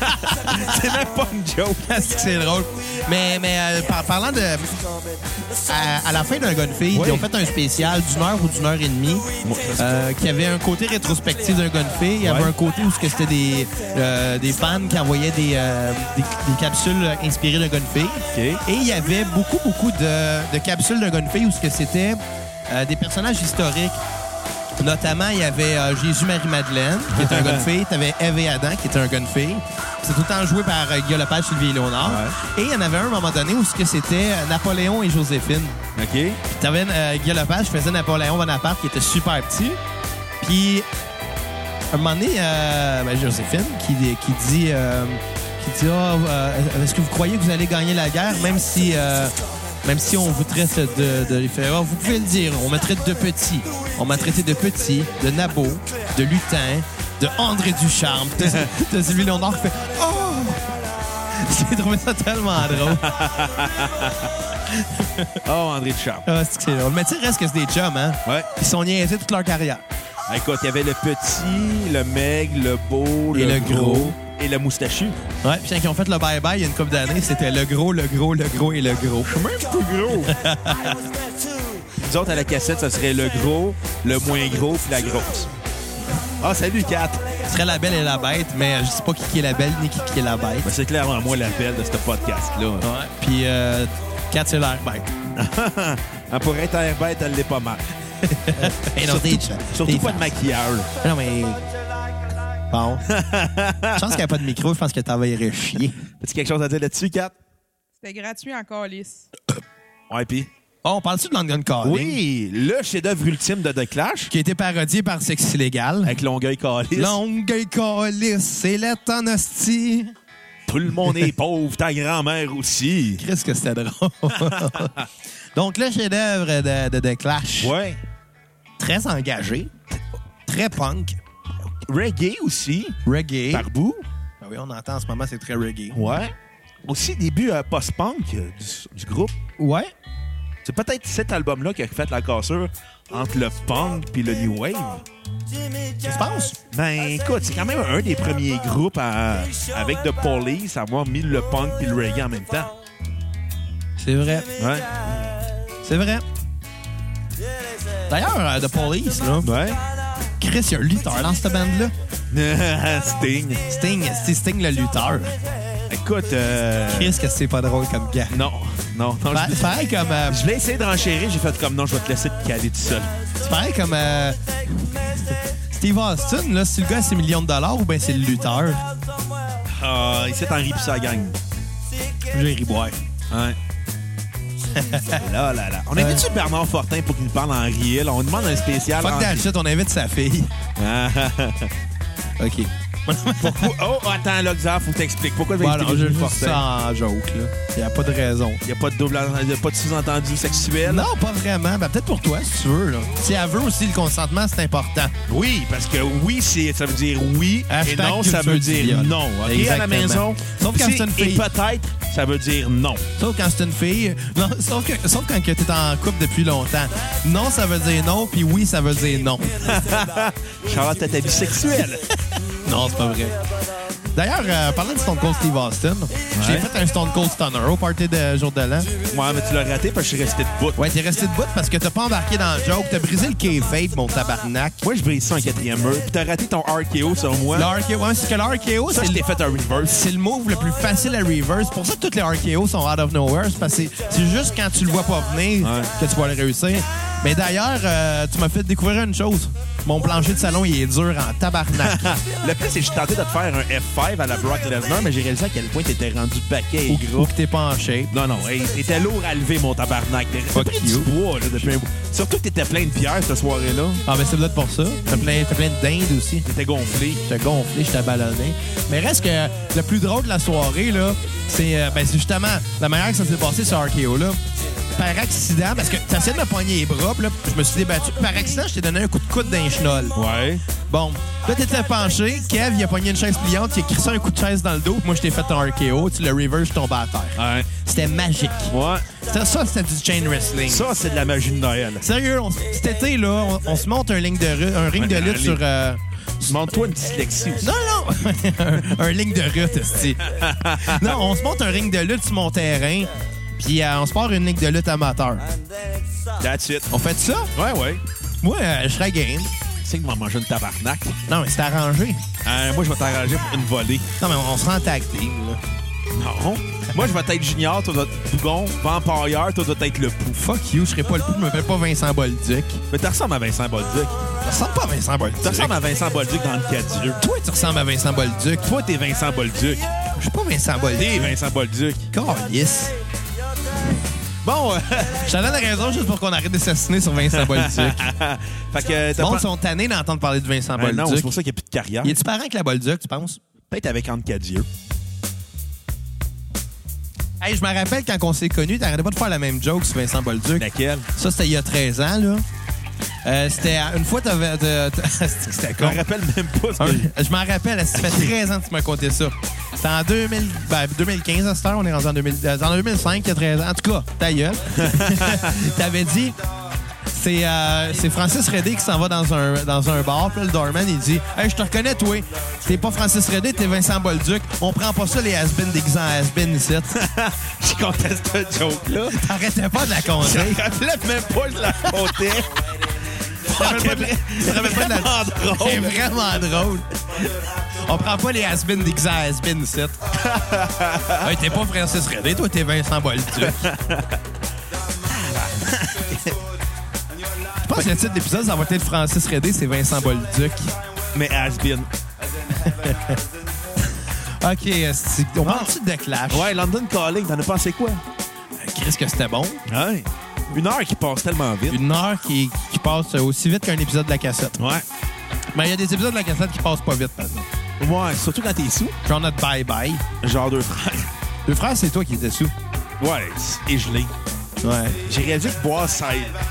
A: c'est même pas une joke.
C: Est-ce que c'est drôle? Mais, mais euh, par- parlant de. À, à la fin d'un gars de fille,
A: Oui.
C: ils ont fait un spécial d'une heure ou d'une heure et demie
A: Moi, ça, c'est-
C: euh, qui avait un côté rétrospectif d'un gars de fille. Il y avait
A: Ouais.
C: un côté où ce que c'était des, euh, des fans qui envoyaient des, euh, des, des capsules inspirées d'un gars de fille.
A: OK.
C: Et il y avait beaucoup, beaucoup de, de capsules d'un gars de fille où ce que c'était euh, des personnages historiques Notamment, il y avait euh, Jésus-Marie-Madeleine, qui était un gars de fille. Tu avais Eve et Adam, qui était un gars de fille. C'est tout le temps joué par euh, Guillaume Lepage, Sylvie Léonard. Et il y en avait un à un moment donné où ce que c'était euh, Napoléon et Joséphine.
A: OK?
C: Puis t'avais euh, Guy Lepage qui faisait Napoléon Bonaparte, qui était super petit. Puis, un moment donné, euh, ben, Joséphine qui, qui dit... euh, qui dit, Ah, euh, est-ce que vous croyez que vous allez gagner la guerre, même si, euh, même si on vous traite de... de il fait, Ah, vous pouvez le dire, on me traite de petit. On m'a traité de petit, de nabot, de lutin, de André Ducharme, de, de Sylvie Léonard qui fait « Oh! » J'ai trouvé ça tellement drôle.
A: Oh, André Duchamp.
C: Ah, c'est que c'est drôle. Mais tu sais, reste que c'est des chums, hein?
A: Ouais.
C: Ils sont niaisés toute leur carrière.
A: Ah, Écoute, il y avait le petit, le maigre, le beau,
C: Et le gros.
A: et le moustachu.
C: Ouais, puis quand ils ont fait le bye-bye il y a une couple d'années, c'était le gros, le gros, le gros et le gros.
A: Plus gros. Nous autres, à la cassette, ça serait le gros, le moins gros, puis la grosse. Ah, salut, Kat.
C: Ce serait la belle et la bête, mais je sais pas qui qui est la belle ni qui qui est la bête.
A: Ben, c'est clairement moi l'appel de ce podcast-là.
C: Ouais. Puis euh, quand c'est l'air bête.
A: Ah, Pour être à bête, elle l'est pas mal.
C: Et non,
A: Surtout,
C: des chums.
A: surtout
C: Des
A: pas de maquillage.
C: femmes. Ah Non, mais... Bon. je pense qu'il n'y a pas de micro, je pense que t'enverrais chier.
A: As-tu quelque chose à dire là-dessus, Kat?
D: C'était gratuit encore, lisse.
A: Ouais, puis.
C: Oh, on parle-tu de London Calling?
A: Oui, le chef-d'œuvre ultime de The Clash,
C: Qui a été parodié par Sexe Illégal.
A: avec Longueuil Calis.
C: Longueuil Callis, c'est lettre en hostie.
A: Tout le monde est pauvre, ta grand-mère aussi.
C: Qu'est-ce que c'était drôle. Donc, le chef-d'œuvre de, de, de Clash.
A: Ouais.
C: Très engagé, très punk,
A: Reggae aussi,
C: reggae.
A: par bout.
C: Ah oui, on entend en ce moment, c'est très reggae.
A: Ouais. Aussi, début euh, post-punk euh, du, du groupe.
C: Ouais.
A: C'est peut-être cet album-là qui a fait la cassure entre le punk puis le new wave.
C: Tu penses?
A: Ben, écoute, c'est quand même un des premiers groupes à- avec The Police à avoir mis le punk puis le reggae en même temps.
C: C'est vrai.
A: Ouais.
C: C'est vrai. D'ailleurs, euh, The Police, là,
A: Ouais.
C: Chris, il y a un lutteur dans cette bande-là.
A: Sting.
C: Sting, c'est Sting le lutteur.
A: Écoute, euh...
C: Chris, que c'est pas drôle comme gars.
A: Non, non, non.
C: Pa-
A: je-
C: C'est pareil comme... euh,
A: Je l'ai essayé de renchérir, j'ai fait comme non, je vais te laisser te caler tout seul.
C: c'est pareil comme... euh, Steve Austin, là, si le gars, c'est millions de dollars ou bien c'est le lutteur?
A: Ah, il s'est en pis ça gagne.
C: J'ai ri boire.
A: Ouais. là, là, là. On invite-tu Bernard Fortin pour qu'il nous parle en riel? On demande un spécial. en-
C: Euh. Fuck that shit, on invite sa fille.
A: Ah,
C: OK.
A: pourquoi- Oh, attends, là, Xav, faut que t'expliques. Pourquoi tu
C: Bon,
A: vas
C: alors, Bah, je
A: inviter
C: juste ça
A: Fortin?
C: en joke, là. Il n'y a pas de raison.
A: Il n'y a pas de double, y a pas de sous-entendu sexuel.
C: Non, pas vraiment. Ben, peut-être pour toi, si tu veux. Là. Si elle veut aussi, le consentement, c'est important.
A: Oui, parce que oui, c'est, ça veut dire oui, et
C: Hashtag
A: non, ça
C: culture
A: veut
C: du
A: dire
C: viol.
A: non. OK, à la
C: Exactement.
A: maison,
C: Sauf quand
A: si-
C: c'est une
A: et
C: fille.
A: peut-être, ça veut dire non.
C: Sauf quand c'est une fille. Non, sauf, que- sauf quand tu es en couple depuis longtemps. Non, ça veut dire non, puis oui, ça veut dire non.
A: Charlotte, t'es bisexuelle.
C: Non, c'est pas vrai. D'ailleurs, euh, parlant de Stone Cold Steve Austin, j'ai fait un Stone Cold Stunner au party de jour de l'an.
A: Moi, mais tu l'as raté parce que je suis resté debout.
C: Ouais, t'es resté debout parce que t'as pas embarqué dans le joke. T'as brisé le K-Fate, mon tabarnak.
A: Moi, je brise ça en quatrième mur. Puis t'as raté ton RKO sur moi.
C: Le RKO, ouais, hein, c'est que le RKO,
A: ça,
C: c'est
A: je t'ai fait un reverse.
C: c'est le move le plus facile à reverse. C'est pour ça que tous les RKO sont out of nowhere. C'est parce que c'est- c'est juste quand tu le vois pas venir
A: Ouais.
C: que tu vas le réussir. Mais d'ailleurs, euh, tu m'as fait découvrir une chose. Mon plancher de salon, il est dur en tabarnak.
A: Le plus, c'est que je tentais de te faire un F5 à la Brock Lesnar, mais j'ai réalisé à quel point t'étais rendu paquet et
C: ou, ou
A: gros.
C: que t'es pas en shape.
A: Non, non, hey, t'étais lourd à lever, mon tabarnak. T'as
C: Fuck
A: pris
C: you.
A: du poids, là, depuis un bout. Surtout que t'étais plein de bière, cette soirée-là.
C: Ah, mais c'est peut-être pour ça. T'as plein, t'as plein de dindes aussi.
A: T'étais gonflé.
C: J'étais gonflé, j'étais ballonné. Mais reste que le plus drôle de la soirée, là, c'est euh, ben, c'est justement la manière que ça s'est passé sur RKO, là. Par accident, parce que t'essayais de me pogner les bras, puis là, je me suis débattu. Par accident, je t'ai donné un coup de coude d'un chenol.
A: Ouais.
C: Bon, là, t'étais penché. Kev, il a pogné une chaise pliante, il a crissé un coup de chaise dans le dos, puis moi, je t'ai fait un RKO, tu le reverse, je tombé à terre.
A: Ouais.
C: C'était magique.
A: Ouais.
C: C'était ça, c'était du chain wrestling.
A: Ça, c'est de la magie de Noël.
C: Sérieux, on s- cet été, là, on, on se monte un, ligne de ru- un ring de
A: Ouais,
C: lutte
A: allez.
C: sur... euh,
A: Montre-toi une dyslexie aussi.
C: Non, non! un, un ring de lutte, esti. Non, on se monte un ring de lutte sur mon terrain, puis euh, on se part une ligue de lutte amateur.
A: That's it.
C: On fait ça?
A: Ouais, ouais.
C: Moi, euh, je serais game.
A: C'est que m'en manger une tabarnak.
C: Non, mais c'est arrangé.
A: Euh, moi, je vais t'arranger pour une volée.
C: Non, mais on, on se rend tag team, là.
A: Non. Moi, je vais être Junior, toi, dois être Bougon. Vampire, toi, dois être le Pou.
C: Fuck you, je serais pas le pou, je m'appelle pas Vincent Bolduc.
A: Mais tu ressembles à Vincent Bolduc.
C: Tu ressembles pas à Vincent Bolduc.
A: Tu ressembles à Vincent Bolduc dans le cas de Dieu.
C: Toi, tu ressembles à Vincent Bolduc.
A: Toi, t'es Vincent Bolduc.
C: Je suis pas Vincent
A: T'es
C: Bolduc.
A: Vincent Bolduc.
C: Calice.
A: Bon, euh,
C: Je te donne raison juste pour qu'on arrête d'assassiner sur Vincent Bolduc.
A: fait que euh,
C: Les
A: t'as
C: gens
A: pas...
C: sont tannés d'entendre parler de Vincent
A: Ah, non, c'est
C: Bolduc.
A: pour ça qu'il n'y a plus de carrière.
C: Il est-tu parent avec la Bolduc, tu penses?
A: Peut-être avec Anne Cadieux.
C: Hey, je me rappelle quand on s'est connus, t'arrêtais pas de faire la même joke sur Vincent Bolduc.
A: Laquelle?
C: Ça, c'était il y a 13 ans, là. Euh, c'était une fois, t'avais. t'as- t'as- C'était
A: Je
C: con.
A: me rappelle même pas. ce
C: Hein?
A: que-
C: Je m'en rappelle, ça fait 13 ans que tu m'as conté ça. C'était en 2000, ben, 2015, à cette heure, on est rendu en, 2000, euh, en 2005, il y a 13 ans. En tout cas, ta gueule. T'avais dit, c'est euh, c'est Francis Redé qui s'en va dans un, dans un bar. Puis là, le doorman, il dit Hey, je te reconnais, toi. T'es pas Francis Redé, t'es Vincent Bolduc. On prend pas ça, les has-beens déguisés en has-beens ici.
A: Je conteste cette joke-là.
C: T'arrêtais pas de la
A: Je
C: compter.
A: me rappelais même pas que je la comptais.
C: rappelles pas de la- tu te rappelles pas de la-
A: Vraiment drôle.
C: C'est vraiment drôle. On prend pas les has-beens déguisés en has-beens ici. hey, t'es pas Francis Redé, toi, t'es Vincent Bolduc. Je pense que le titre de l'épisode, ça va être Francis Redé, c'est Vincent Bolduc.
A: Mais has-been.
C: OK, esti. on parle-tu de Clash?
A: Ouais, London Calling, t'en as pensé quoi?
C: Qu'est-ce que c'était bon?
A: Ouais. Une heure qui passe tellement vite.
C: Une heure qui, qui passe aussi vite qu'un épisode de la cassette.
A: Ouais.
C: Mais il y a des épisodes de la cassette qui passent pas vite, par exemple.
A: Ouais, surtout quand t'es sous.
C: Genre notre bye-bye.
A: Genre deux frères.
C: Le frère, c'est toi qui étais sous.
A: Ouais, et gelé.
C: Ouais.
A: J'ai réalisé que boire 16,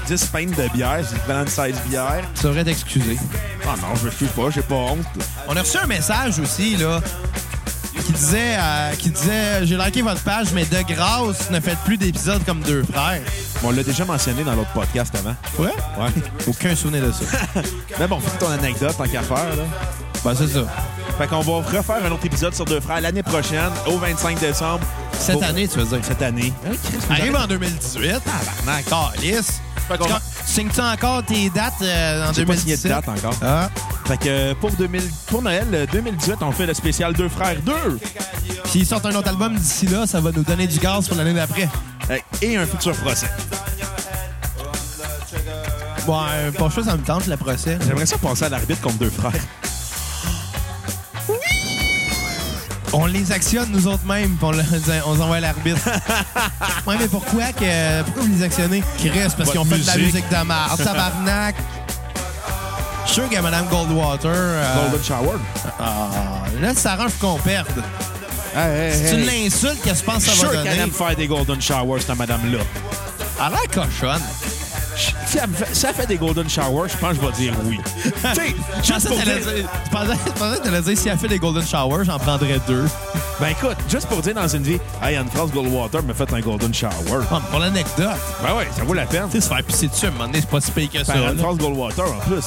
A: 10 pintes de bière, c'est l'équivalent de 16 bières.
C: Tu devrais t'excuser.
A: Ah non, je me suis pas, j'ai pas honte.
C: On a reçu un message aussi, là, qui disait, euh, qui disait J'ai liké votre page, mais de grâce, ne faites plus d'épisodes comme deux frères.
A: Bon, on l'a déjà mentionné dans l'autre podcast avant.
C: Ouais?
A: Ouais.
C: Aucun souvenir de ça.
A: Mais bon, fais ton anecdote, tant qu'à faire, là.
C: ben, c'est ça.
A: Fait qu'on va refaire un autre épisode sur deux frères l'année prochaine, au 25 décembre.
C: Cette
A: Pour-
C: année, tu veux dire.
A: Cette année. Ah
C: Arrive en 2018. Ah, calice.
A: Fait qu'on-
C: Tu Signes-tu encore tes dates euh, en
A: J'ai
C: 2018?
A: pas signé de date encore.
C: Ah.
A: Fait que euh, pour, 2000, pour Noël euh, 2018, on fait le spécial Deux frères 2
C: S'ils sortent un autre album d'ici là, ça va nous donner du gaz pour l'année d'après.
A: Euh, et un futur procès.
C: Bon, euh, pour ça, ça me tente, le procès.
A: J'aimerais ça penser à l'arbitre contre deux frères.
C: On les actionne nous autres mêmes, puis on, le- on les envoie à l'arbitre. ouais, mais pourquoi que pourquoi vous les actionnez? Chris, parce
A: Votre
C: qu'ils ont fait de la
A: musique.
C: musique de merde. Tabarnak! Je suis sûr que Mme Goldwater... euh,
A: Golden Shower.
C: ah, là, ça arrange qu'on perde. C'est une insulte qu'elle se pense que
A: Je suis
C: ça
A: sûr
C: va
A: qu'elle
C: donner.
A: aime faire des Golden Showers, cette madame-là.
C: Elle a l'air cochonne.
A: Si elle me fait- si elle fait des Golden Showers, je pense que je vais dire oui. tu sais,
C: Je
A: juste
C: pensais
A: pour
C: que t'allais
A: dire-
C: dire- je pensais- je pensais que t'allais dire, si elle fait des Golden Showers, j'en prendrais deux.
A: Ben écoute, juste pour dire dans une vie, hey, Anne-France Goldwater m'a fait un Golden Shower.
C: Ah, mais pour l'anecdote,
A: Ben ouais, ça vaut la peine.
C: tu sais, se faire pisser dessus à un moment donné, c'est pas si pire que ça.
A: Par
C: là.
A: Anne-France Goldwater, en plus.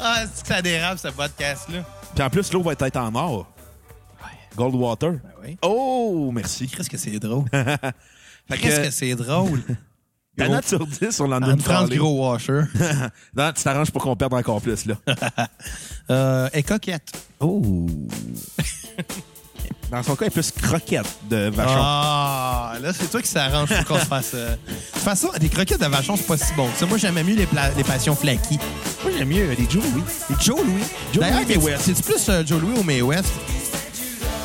C: Ah, c'est que ça dérape, ce podcast-là.
A: Puis en plus, l'eau va être en or. Goldwater.
C: oui.
A: Oh, merci.
C: Qu'est-ce que c'est drôle.
A: Fait que,
C: Qu'est-ce que c'est drôle?
A: ta note sur 10 sur London
C: Anne France
A: Calling.
C: Gros Washer.
A: Non, tu t'arranges pour qu'on perde encore plus, là.
C: Euh, est coquette.
A: Oh. Dans son cas, il est plus croquette de vachon.
C: Ah, là, c'est toi qui s'arrange pour qu'on se fasse. euh. De toute façon, des croquettes de vachon, c'est pas si bon. Tu sais, moi, j'aimais mieux les, pla- les passions flaquies.
A: Moi, j'aime mieux les Joe Louis.
C: Et Joe Louis.
A: Joe
C: D'ailleurs,
A: Louis
C: t'es-
A: Mae West.
C: c'est-tu plus euh, Joe Louis ou Mae West?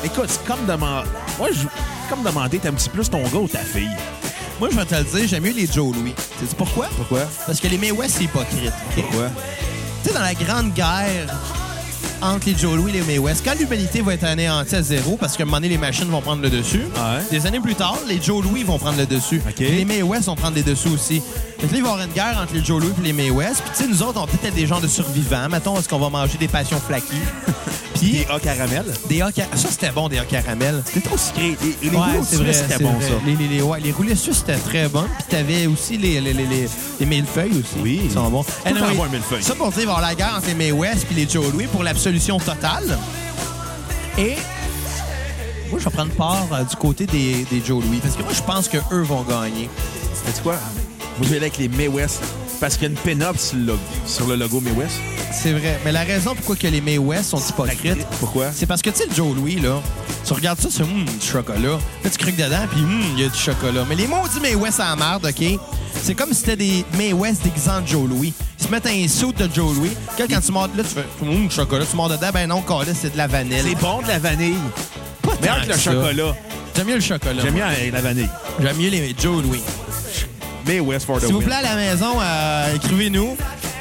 A: Écoute, c'est comme demander. Moi, je... comme demander, t'aimes petit plus ton gars ou ta fille?
C: Moi, je vais te le dire, j'aime mieux les Joe Louis. Tu sais pourquoi?
A: Pourquoi?
C: Parce que les Mae West, c'est hypocrite. ok?
A: Pourquoi?
C: Tu sais, dans la grande guerre entre les Joe Louis et les Mae West, quand l'humanité va être anéantie à zéro, parce qu'à un moment donné, les machines vont prendre le dessus,
A: Ouais.
C: des années plus tard, les Joe Louis vont prendre le dessus.
A: OK.
C: Puis Les Mae West vont prendre les dessus aussi. Fait que là, il va y avoir une guerre entre les Joe Louis et les Mae West. Puis, tu sais, nous autres, on peut être des gens de survivants. Mettons, est-ce qu'on va manger des passions flaquies? Puis,
A: Les A caramel.
C: des hauts ca- Ça, c'était bon, des hauts caramel.
A: C'était trop sucré. Les, les
C: Ouais,
A: rouleaux
C: c'est
A: de
C: vrai,
A: Suisse, c'était
C: c'est
A: bon,
C: vrai.
A: ça.
C: Les, les, les, ouais, les roulés suisses, c'était très bon. Puis t'avais aussi les, les, les, les, les millefeuilles aussi.
A: Oui.
C: Ils sont bons.
A: Faut avoir un millefeuille.
C: Ça pour dire, il va y avoir la guerre entre les May West et les Joe Louis pour l'absolution totale. Et moi, je vais prendre part euh, du côté des, des Joe Louis parce que moi, je pense qu'eux vont gagner.
A: sais quoi? Moi, je vais aller avec les May West Parce qu'il y a une pin-up sur le, sur le logo Mae West.
C: C'est vrai. Mais la raison pourquoi que les May West sont hypocrites,
A: Pourquoi?
C: c'est parce que, tu sais, le Joe Louis, là, tu regardes ça, c'est hum, du chocolat. Là, tu croques dedans, puis hum, il y a du chocolat. Mais les maudits May West à la marde, OK? C'est comme si c'était des May West déguisants de Joe Louis. Ils se mettent un saut de Joe Louis. Quand, quand tu mords, là, tu fais hum, du chocolat. Tu mords dedans, ben non, calé, c'est de la vanille.
A: C'est bon de la vanille.
C: pas tant
A: Meilleur que le
C: ça.
A: chocolat.
C: J'aime mieux le chocolat.
A: J'aime
C: moi.
A: bien euh, la vanille.
C: J'aime mieux les Joe Louis.
A: Mae West for the
C: S'il vous
A: win.
C: plaît, à la maison, euh, écrivez-nous.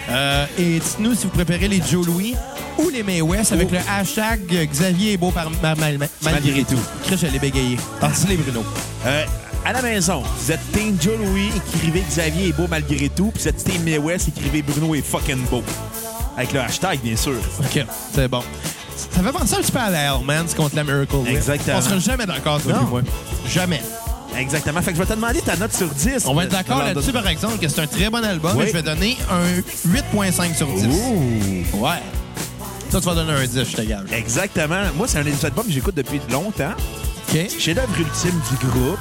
C: Euh, et dites-nous si vous préférez les Joe Louis ou les May West avec
A: Oh.
C: le hashtag Xavier est beau par, par- mal- mal- malgré tout. Chris, je l'ai bégayé. Tandis les Bruno.
A: Euh, à la maison, vous êtes Team Joe Louis, écrivez Xavier est beau malgré tout, puis vous êtes Team Mae West, écrivez Bruno est fucking beau. Avec le hashtag, bien sûr.
C: OK, c'est bon. Ça fait penser un petit peu à la Hellman's contre la Miracle Whip.
A: Exactement.
C: On sera jamais d'accord, toi
A: Non.
C: et moi. Jamais.
A: Exactement. Fait que je vais te demander ta note sur 10.
C: On va être d'accord
A: Alors,
C: là-dessus, par exemple, que c'est un très bon album.
A: Oui.
C: Et je vais donner un 8.5 sur 10.
A: Ouh.
C: Ouais. Ça, tu vas donner un 10, je te gage.
A: Exactement. Moi, c'est un des albums que j'écoute depuis longtemps.
C: OK.
A: Chef-d'œuvre ultime du groupe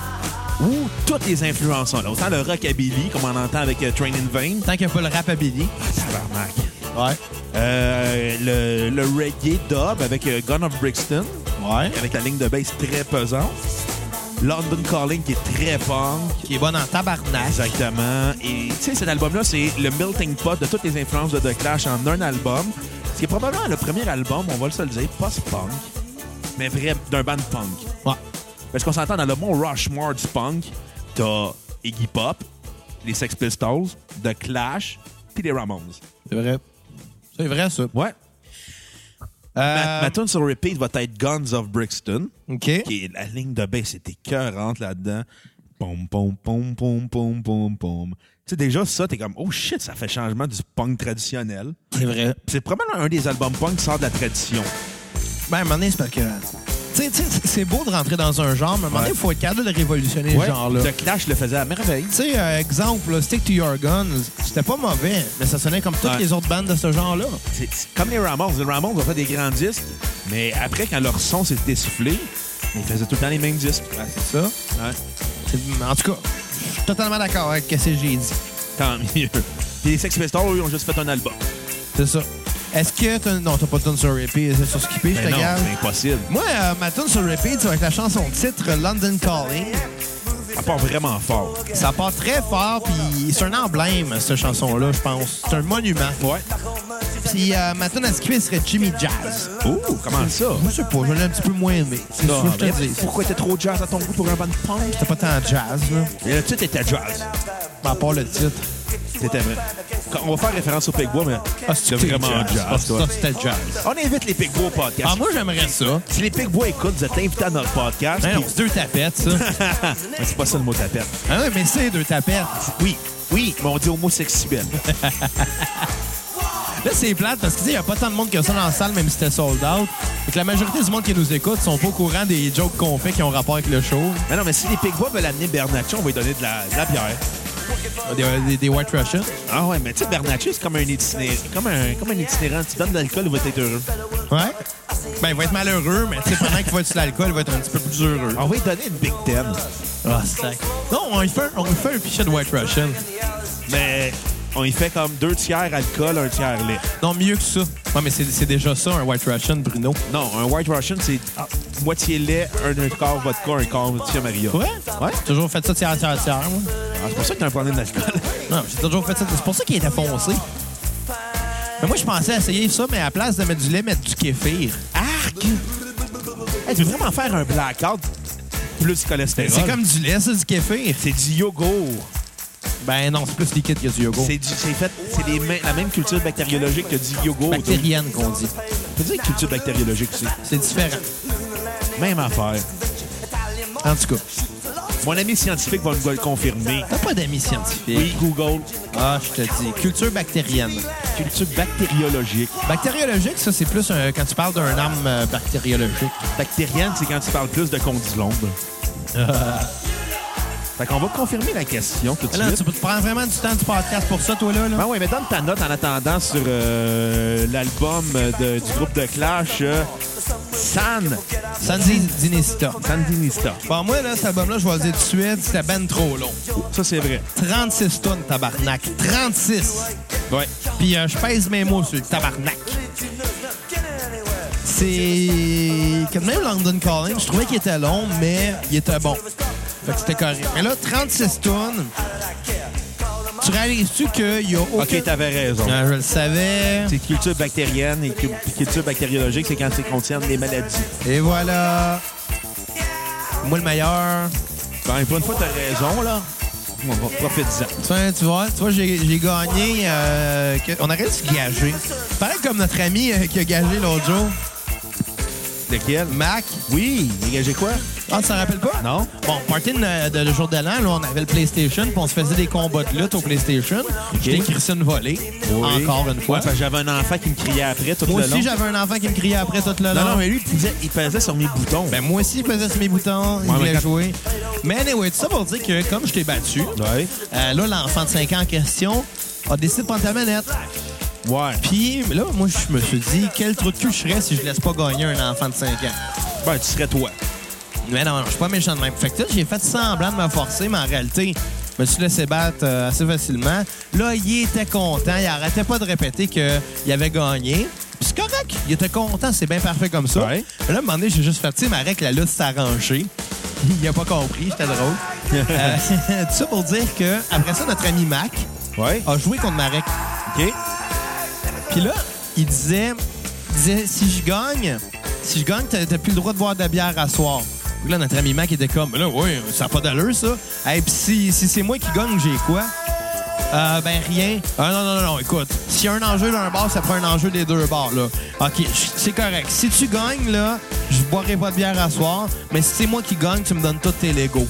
A: où toutes les influences sont là. Autant le rockabilly, comme on entend avec euh, Train in Vain.
C: Tant qu'il n'y a pas le rap habillé.
A: Ah, tabarnak.
C: Ouais.
A: Euh, le, le reggae dub avec euh, Gun of Brixton,
C: Ouais.
A: avec la ligne de bass très pesante. London Calling qui est très punk.
C: Qui est bonne en tabarnak.
A: Exactement. Et tu sais, cet album-là, c'est le melting pot de toutes les influences de The Clash en un album. Ce qui est probablement le premier album, on va se le dire, post-punk, mais vrai, d'un band punk.
C: Ouais.
A: Parce qu'on s'entend dans le mont Rushmore du punk, t'as Iggy Pop, les Sex Pistols, The Clash, puis les Ramones.
C: C'est vrai. C'est vrai, ça.
A: Ouais. Ma,
C: Euh,
A: ma tune sur repeat va être Guns of Brixton,
C: OK.
A: qui est la ligne de bass était écœurante là-dedans. Pom, pom, pom, pom, pom, pom, pom. Tu sais, déjà, ça, t'es comme, oh shit, ça fait changement du punk traditionnel.
C: C'est vrai.
A: C'est probablement un des albums punk qui sort de la tradition.
C: Ben, à un moment donné, c'est parce que. Tu sais, tu sais, c'est beau de rentrer dans un genre, mais à un moment donné, il
A: Ouais.
C: faut être capable de révolutionner ce genre-là.
A: The Clash le faisait à merveille.
C: Tu sais, euh, exemple, là, Stick to Your Guns, c'était pas mauvais, mais ça sonnait comme toutes
A: Ouais.
C: les autres bandes de ce genre-là.
A: C'est- c'est comme les Ramones. Les Ramones ont fait des grands disques, mais après, quand leur son s'est essoufflé, ils faisaient tout le temps les mêmes disques.
C: c'est ça.
A: Ouais.
C: En tout cas, je suis totalement d'accord avec ce que j'ai dit.
A: Tant mieux. Puis les Sex Pistols, eux, ont juste fait un album.
C: C'est ça. Est-ce que t'as... Non, t'as pas de tune sur repeat, c'est sur skipper, je
A: Mais
C: te
A: Ben non,
C: garde.
A: c'est impossible.
C: Moi, euh, ma tune sur repeat, c'est avec la chanson titre London Calling.
A: Ça part vraiment fort.
C: Ça part très fort, puis c'est un emblème, cette chanson-là, je pense. C'est un monument.
A: Ouais.
C: Puis euh, ma tune à skipper serait Jimmy Jazz.
A: Ouh, comment ça? Ah,
C: Moi, je sais pas, je l'ai un petit peu moins aimé. C'est ça, je te
A: mais
C: dis.
A: pourquoi t'es trop jazz à ton goût pour un band punk?
C: C'était pas tant jazz, là,
A: Et le titre était jazz.
C: par rapport le titre.
A: C'était vrai. Quand- On va faire référence au Pigbois, mais
C: Ah,
A: c'est Ah, vraiment jazz, toi.
C: Ça, c'était jazz.
A: On invite les Pigbois au podcast.
C: Ah, moi, j'aimerais ça.
A: Si les Pigbois écoutent, vous êtes invités à notre podcast.
C: Ben non,
A: puis- ah,
C: c'est deux tapettes, ça.
A: Mais c'est pas ça le mot tapette.
C: ah non, mais c'est deux tapettes.
A: Oui, oui, mais on dit homosexuel.
C: Là, c'est plate parce qu'il n'y a pas tant de monde que ça dans la salle, même si c'était sold out. Fait que la majorité du monde qui nous écoute sont pas au courant des jokes qu'on fait qui ont rapport avec le show.
A: mais non, mais si les Pigbois veulent amener Bernacchi, on va lui donner de la, de la bière.
C: Des, des- des White Russians.
A: Ah ouais, mais tu sais, Bernacchi, c'est comme un itinérant. Comme un, comme un itinérant. Tu donnes de l'alcool, il va être heureux.
C: Ouais. Ben, il va être malheureux, mais tu sais, pendant qu'il va être sur l'alcool, il va être un petit peu plus heureux.
A: On va lui donner une Big Ten.
C: Ah, c'est Non, on lui fait, un- on lui fait un pichet de White Russian.
A: Mais on y fait comme deux tiers alcool, un tiers lait.
C: Non, mieux que ça. Ouais, mais c'est c'est déjà ça, un White Russian, Bruno.
A: Non, un White Russian, c'est ah, moitié lait, un, un quart vodka, un quart moitié Maria.
C: Ouais?
A: Ouais.
C: Toujours fait ça tiers, tiers, tiers, moi.
A: Ah, c'est pour ça que t'as un problème d'alcool.
C: Non, j'ai toujours fait ça. C'est pour ça qu'il était foncé. Mais moi, je pensais essayer ça, mais à la place de mettre du lait, mettre du kéfir.
A: Arc! Hey, tu veux vraiment faire un blackout plus du cholestérol?
C: C'est comme du lait, ça, du kéfir.
A: C'est du yogourt.
C: Ben non, c'est plus liquide que du yogourt.
A: C'est du- c'est fait... C'est les mêmes- la même culture bactériologique que du yogourt.
C: bactérienne qu'on dit.
A: Tu dire culture bactériologique, c'est
C: C'est différent.
A: même affaire.
C: En tout cas,
A: Mon ami scientifique va me le confirmer.
C: t'as pas d'amis scientifiques.
A: Oui, Google.
C: Ah, je te dis. Culture bactérienne.
A: Culture bactériologique.
C: Bactériologique, ça, c'est plus un- quand tu parles d'un arme euh, bactériologique.
A: Bactérienne, c'est quand tu parles plus de condylome. fait qu'on va confirmer la question tout de
C: Là,
A: suite.
C: Ah tu peux te prendre vraiment du temps du podcast pour ça, toi, là. là.
A: Ah ouais, mais donne ta note en attendant sur euh, l'album euh, de- du groupe de Clash, euh, San
C: Sandy Dinista.
A: Sandinista.
C: Bon, moi, là, cet album-là, je vais le dire tout de suite, c'était ben trop long.
A: Ça, c'est vrai.
C: 36 tonnes, tabarnak. 36!
A: Ouais.
C: Puis euh, je pèse mes mots sur le tabarnak. C'est... que Même London Calling, je trouvais qu'il était long, mais il était bon. Fait que c'était correct. Mais là, 36 tonnes, tu réalises-tu qu'il y a aucun...
A: OK, t'avais raison.
C: Ah, je le savais.
A: C'est culture bactérienne et cu- culture bactériologique, c'est quand c'est contient des maladies.
C: Et voilà. Moi, le meilleur.
A: Quand même, Ben, pour une fois, t'as raison, là. On va profiter
C: Tu vois, tu vois, tu vois, j'ai j'ai gagné. euh, que- on aurait dû gager. Pareil comme notre ami euh, qui a gagé l'autre jour,
A: De quel?
C: Mac.
A: Oui, dégagez quoi?
C: Ah, tu t'en rappelles pas?
A: Non.
C: Bon, party de, na- de- le jour de l'an, là, on avait le PlayStation, puis on se faisait des combats de lutte au PlayStation. J'étais crissé une volée, encore une fois.
A: Ouais, parce que j'avais un enfant qui me criait après tout
C: moi
A: le long.
C: aussi, j'avais un enfant qui me criait après tout le
A: non,
C: long.
A: non, mais lui, il faisait, il pesait sur mes boutons.
C: Ben, moi aussi, je faisais sur mes boutons, il
A: mais
C: voulait
A: quand-
C: jouer. Mais anyway, tout ça pour dire que comme je t'ai battu,
A: ouais.
C: euh, là, l'enfant de 5 ans en question a décidé de prendre ta manette.
A: Ouais.
C: Puis là, moi, je me suis dit, quel trou de cul je serais si je laisse pas gagner un enfant de 5 ans.
A: Ben, tu serais toi.
C: Mais non, non, je suis pas méchant de même. Fait que là, j'ai fait semblant de me forcer, mais en réalité, je me suis laissé battre euh, assez facilement. Là, il était content. Il arrêtait pas de répéter qu'il avait gagné. Puis c'est correct. Il était content. C'est bien parfait comme ça.
A: Ouais.
C: Là, à un moment donné, j'ai juste fait, tu sais, Marek, la lutte s'est arrangée. il a pas compris. C'était drôle. Euh, tout ça pour dire que après ça, notre ami Mac
A: Ouais.
C: a joué contre Marek.
A: OK.
C: Puis là, il disait, il disait si je gagne, si je gagne, t'as t'as plus le droit de boire de la bière à soir. Donc là, notre ami Mac était comme, Mais là, oui, ça n'a pas d'allure, ça. Et puis si, si c'est moi qui gagne, j'ai quoi? Euh, ben rien. Ah, non, non, non, non, écoute. S'il y a un enjeu d'un bar, ça prend un enjeu des deux bars, là. OK, j- c'est correct. Si tu gagnes, là, je boirai pas de bière à soir, mais si c'est moi qui gagne, tu me donnes tous tes Legos.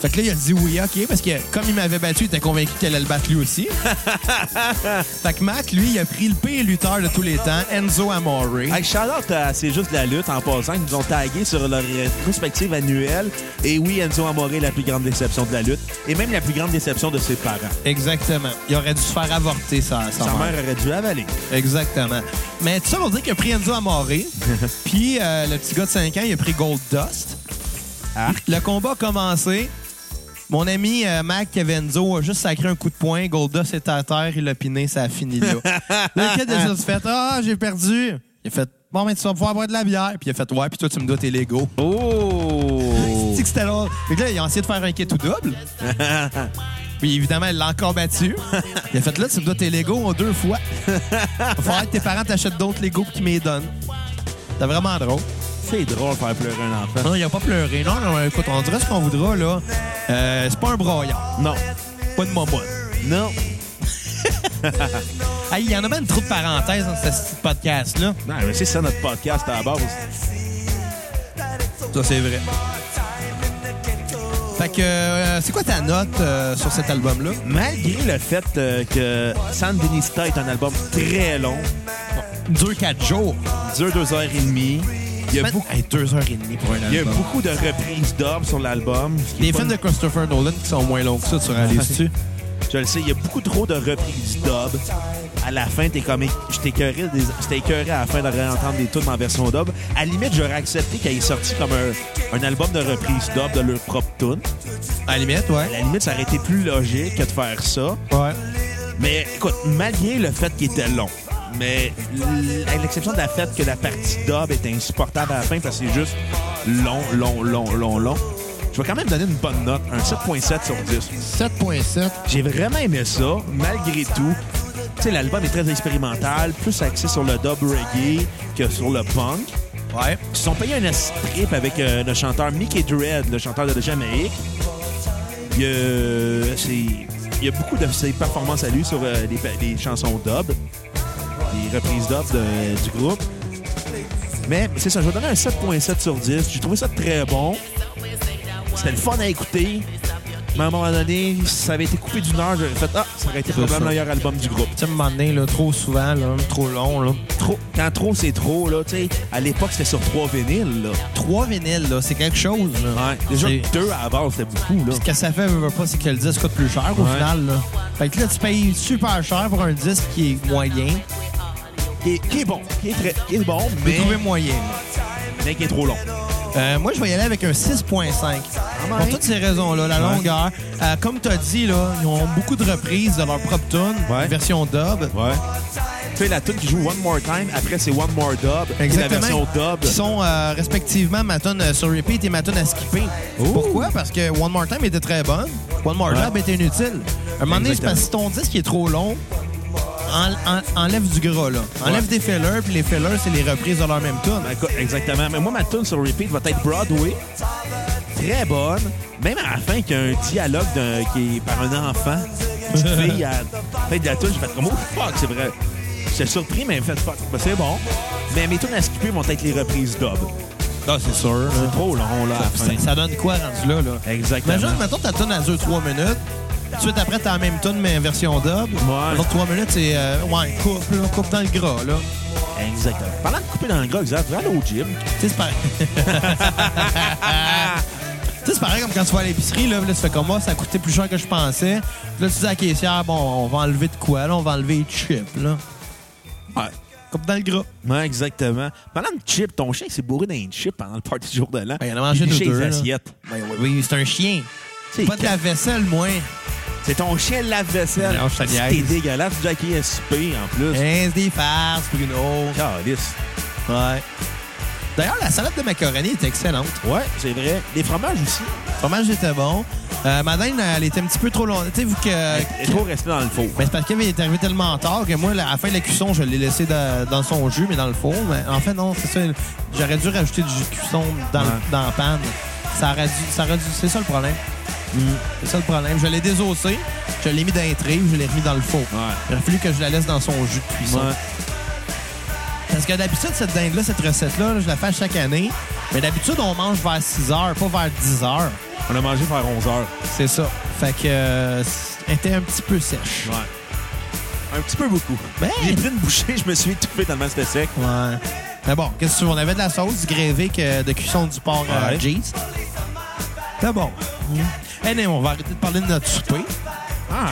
C: Fait que là, il a dit oui, OK, parce que comme il m'avait battu, il était convaincu qu'elle allait le battre lui aussi. Fait que Mac, lui, il a pris le pire lutteur de tous les temps, Enzo Amore.
A: Hey, Charlotte, c'est juste la lutte en passant. Ils nous ont tagué sur leur prospective annuelle. Et oui, Enzo Amore est la plus grande déception de la lutte. Et même la plus grande déception de ses parents.
C: Exactement. Il aurait dû se faire avorter sa, sa
A: Sa
C: mère.
A: mère aurait dû avaler.
C: Exactement. Mais tout ça pour dire qu'il a pris Enzo Amore, puis euh, le petit gars de 5 ans, il a pris Gold Dust.
A: Arc.
C: Le combat a commencé. Mon ami euh, Mac Kevenzo a juste sacré un coup de poing. Goldust est à terre, il a piné, ça a fini là. là, le kid a juste fait Ah, j'ai perdu. Il a fait Bon, mais tu vas pouvoir boire de la bière. Puis il a fait Ouais, puis toi, tu me dois tes Legos.
A: Oh!
C: C'est que c'était là. Fait que là, ils ont essayé de faire un quai tout double. Puis évidemment, elle l'a encore battu. Il a fait là, tu me dois tes Legos en deux fois. Va falloir que tes parents t'achètent d'autres Legos puis qu'ils me les donnent. C'était vraiment drôle.
A: C'est drôle de faire pleurer un enfant.
C: Non, il a pas pleuré. Non, non, écoute, on dira ce qu'on voudra, là. Euh, c'est pas un broyard.
A: Non.
C: Pas de momone.
A: Non.
C: Hey, il y en a même trop de parenthèses dans ce petit podcast-là.
A: Non, mais c'est ça notre podcast à la base.
C: Ça, c'est vrai. Fait que, euh, c'est quoi ta note euh, sur cet album-là?
A: Malgré le fait euh, que Sandinista est un album très long,
C: Dure 4 jours.
A: dure deux heures et demie, il y a, beaucoup,
C: Hey, deux heures et demie pour un album.
A: il y a beaucoup de reprises d'or sur l'album. ce qui est
C: Les
A: pas
C: films de Christopher Nolan qui sont moins longs que ça, tu réalises-tu?
A: Je le sais, il y a beaucoup trop de reprises dub. À la fin, t'es comme... J'étais écœuré, des- j'étais écœuré à la fin de réentendre des tunes en version dub. À la limite, j'aurais accepté qu'il ait sorti comme un, un album de reprises dub de leur propre tune.
C: À la limite,
A: À
C: ouais.
A: la limite, ça aurait été plus logique que de faire ça.
C: Ouais.
A: Mais écoute, malgré le fait qu'il était long, mais l- à l'exception de la fait que la partie dub était insupportable à la fin parce que c'est juste long, long, long, long, long, je vais quand même donner une bonne note, un 7.7 sur 10.
C: 7.7.
A: J'ai vraiment aimé ça, malgré tout. Tu sais, l'album est très expérimental, plus axé sur le dub reggae que sur le punk.
C: Ouais.
A: Ils se sont payés un strip avec euh, le chanteur Mickey Dredd, le chanteur de la Jamaïque. Il y a, c'est- il y a beaucoup de ses performances à lui sur euh, les, pa- les chansons dub, les reprises dub de- du groupe. Mais c'est ça, je vais donner un 7.7 sur 10. J'ai trouvé ça très bon. C'était le fun à écouter. Mais à un moment donné, si ça avait été coupé d'une heure, j'aurais fait Ah, ça aurait été
C: C'est
A: probablement
C: ça.
A: le meilleur album du groupe.
C: Tu sais, à un moment donné, là, trop souvent, là, trop long, là.
A: Trop, quand trop, c'est trop. Là, tu sais. à l'époque, c'était sur trois vinyles. Là.
C: Trois vinyles, là, c'est quelque chose, là.
A: Ouais, déjà
C: C'est-
A: deux à la base, c'était beaucoup. Là.
C: Ce que ça fait, veux, veux pas, c'est que le disque coûte plus cher au
A: Ouais.
C: final, là. Fait que là, tu payes super cher pour un disque qui est moyen.
A: qui est, qui est bon, qui est, très, qui est bon,
C: Mais...
A: mais
C: trouvé moyen.
A: Titanic est trop long.
C: Euh, moi, je vais y aller avec un 6.5. Pour toutes ces raisons-là, la
A: Ouais.
C: longueur. Euh, comme tu as dit, là, ils ont beaucoup de reprises de leur propre tune,
A: Ouais.
C: version dub.
A: Ouais. Tu sais, la tune qui joue One More Time, après c'est One More Dub. C'est la version dub.
C: Qui sont euh, respectivement ma tune euh, sur repeat et ma tune à skipper.
A: Ouh.
C: Pourquoi? Parce que One More Time était très bonne. One More
A: Ouais.
C: Job était inutile. À un moment donné, c'est
A: Exactement.
C: parce que si ton disque est trop long, en- en- enlève du gras, là. Enlève
A: Ouais.
C: des fillers, puis les fillers, c'est les reprises de leur même tune.
A: Ben, écoute, Exactement. Mais moi, ma tune sur repeat va être Broadway. Très bonne. Même à la fin, qu'il y a un dialogue d'un- qui est par un enfant. Une petite fille à la fin de la tune, j'ai fait comme oh fuck, c'est vrai. J'étais surpris, mais j'ai fait fuck, ben, c'est bon. Mais mes tunes à skipper vont être les reprises dub.
C: Ah, c'est sûr.
A: C'est trop long, là, à la fin.
C: Ça, ça donne quoi rendu là, là?
A: Exactement.
C: Imagine, mettons, ta tune à 2-3 minutes. Tout de suite après, t'as la même tune, mais en version dub.
A: Ouais.
C: L'autre 3 minutes, c'est. euh, ouais, coupe, là, coupe dans le gras, là.
A: Exactement. Parlant de couper dans le gars, exact, aller au gym.
C: Tu sais, c'est pareil. Tu sais, c'est pareil comme quand tu vas à l'épicerie, là, là, tu fais comme moi, ça a coûté plus cher que je pensais. Là, tu dis à la caissière, bon, on va enlever de quoi, là, on va enlever de chips, là.
A: Ouais.
C: Coupe dans le gras.
A: Ouais, exactement. Parlant de chips, ton chien s'est bourré d'un chip pendant le party du jour de l'an.
C: Ben, il en a mangé
A: Il
C: deux,
A: lichait les
C: deux. là.
A: assiettes.
C: Ben oui, oui, c'est un chien.
A: C'est
C: Pas de la vaisselle, moins.
A: C'est ton chien lave-vaisselle.
C: Non, je te niaise.
A: C'était dégueulasse, Jackie SP en plus.
C: Hein, c'est des farces, Bruno.
A: Calice.
C: Ouais. D'ailleurs, la salade de macaroni était excellente.
A: Ouais, c'est vrai. Les fromages aussi.
C: Le fromage était bon. Euh, madame, elle était un petit peu trop longue. Tu sais, vu que.
A: Il faut rester dans le four.
C: Mais Ben, c'est parce qu'elle est arrivée tellement tard que moi, à la fin de la cuisson, je l'ai laissé da- dans son jus, mais dans le four. Mais en fait, non, c'est ça. J'aurais dû rajouter du jus de cuisson dans, le-
A: Ouais.
C: dans la panne. Ça aurait dû. Ça aurait dû c'est ça le problème. C'est ça le problème. Je l'ai désossé, je l'ai mis dans les traits, je l'ai remis dans le four.
A: Ouais.
C: Il aurait fallu que je la laisse dans son jus de cuisson.
A: Ouais.
C: Parce que d'habitude, cette dinde-là, cette recette-là, là, je la fais à chaque année. Mais d'habitude, on mange vers 6 heures, pas vers 10 heures.
A: On a mangé vers 11 heures.
C: C'est ça. Fait que euh, elle était un petit peu sèche.
A: Ouais. Un petit peu beaucoup.
C: Ben!
A: J'ai pris une bouchée, je me suis étouffé tellement c'était sec.
C: Ouais. Mais bon, qu'est-ce que tu veux? On avait de la sauce, du gravy que- de cuisson du porc euh,
A: Ouais.
C: cheese. C'est bon. Eh non, on va arrêter de parler de notre souper.
A: Ah,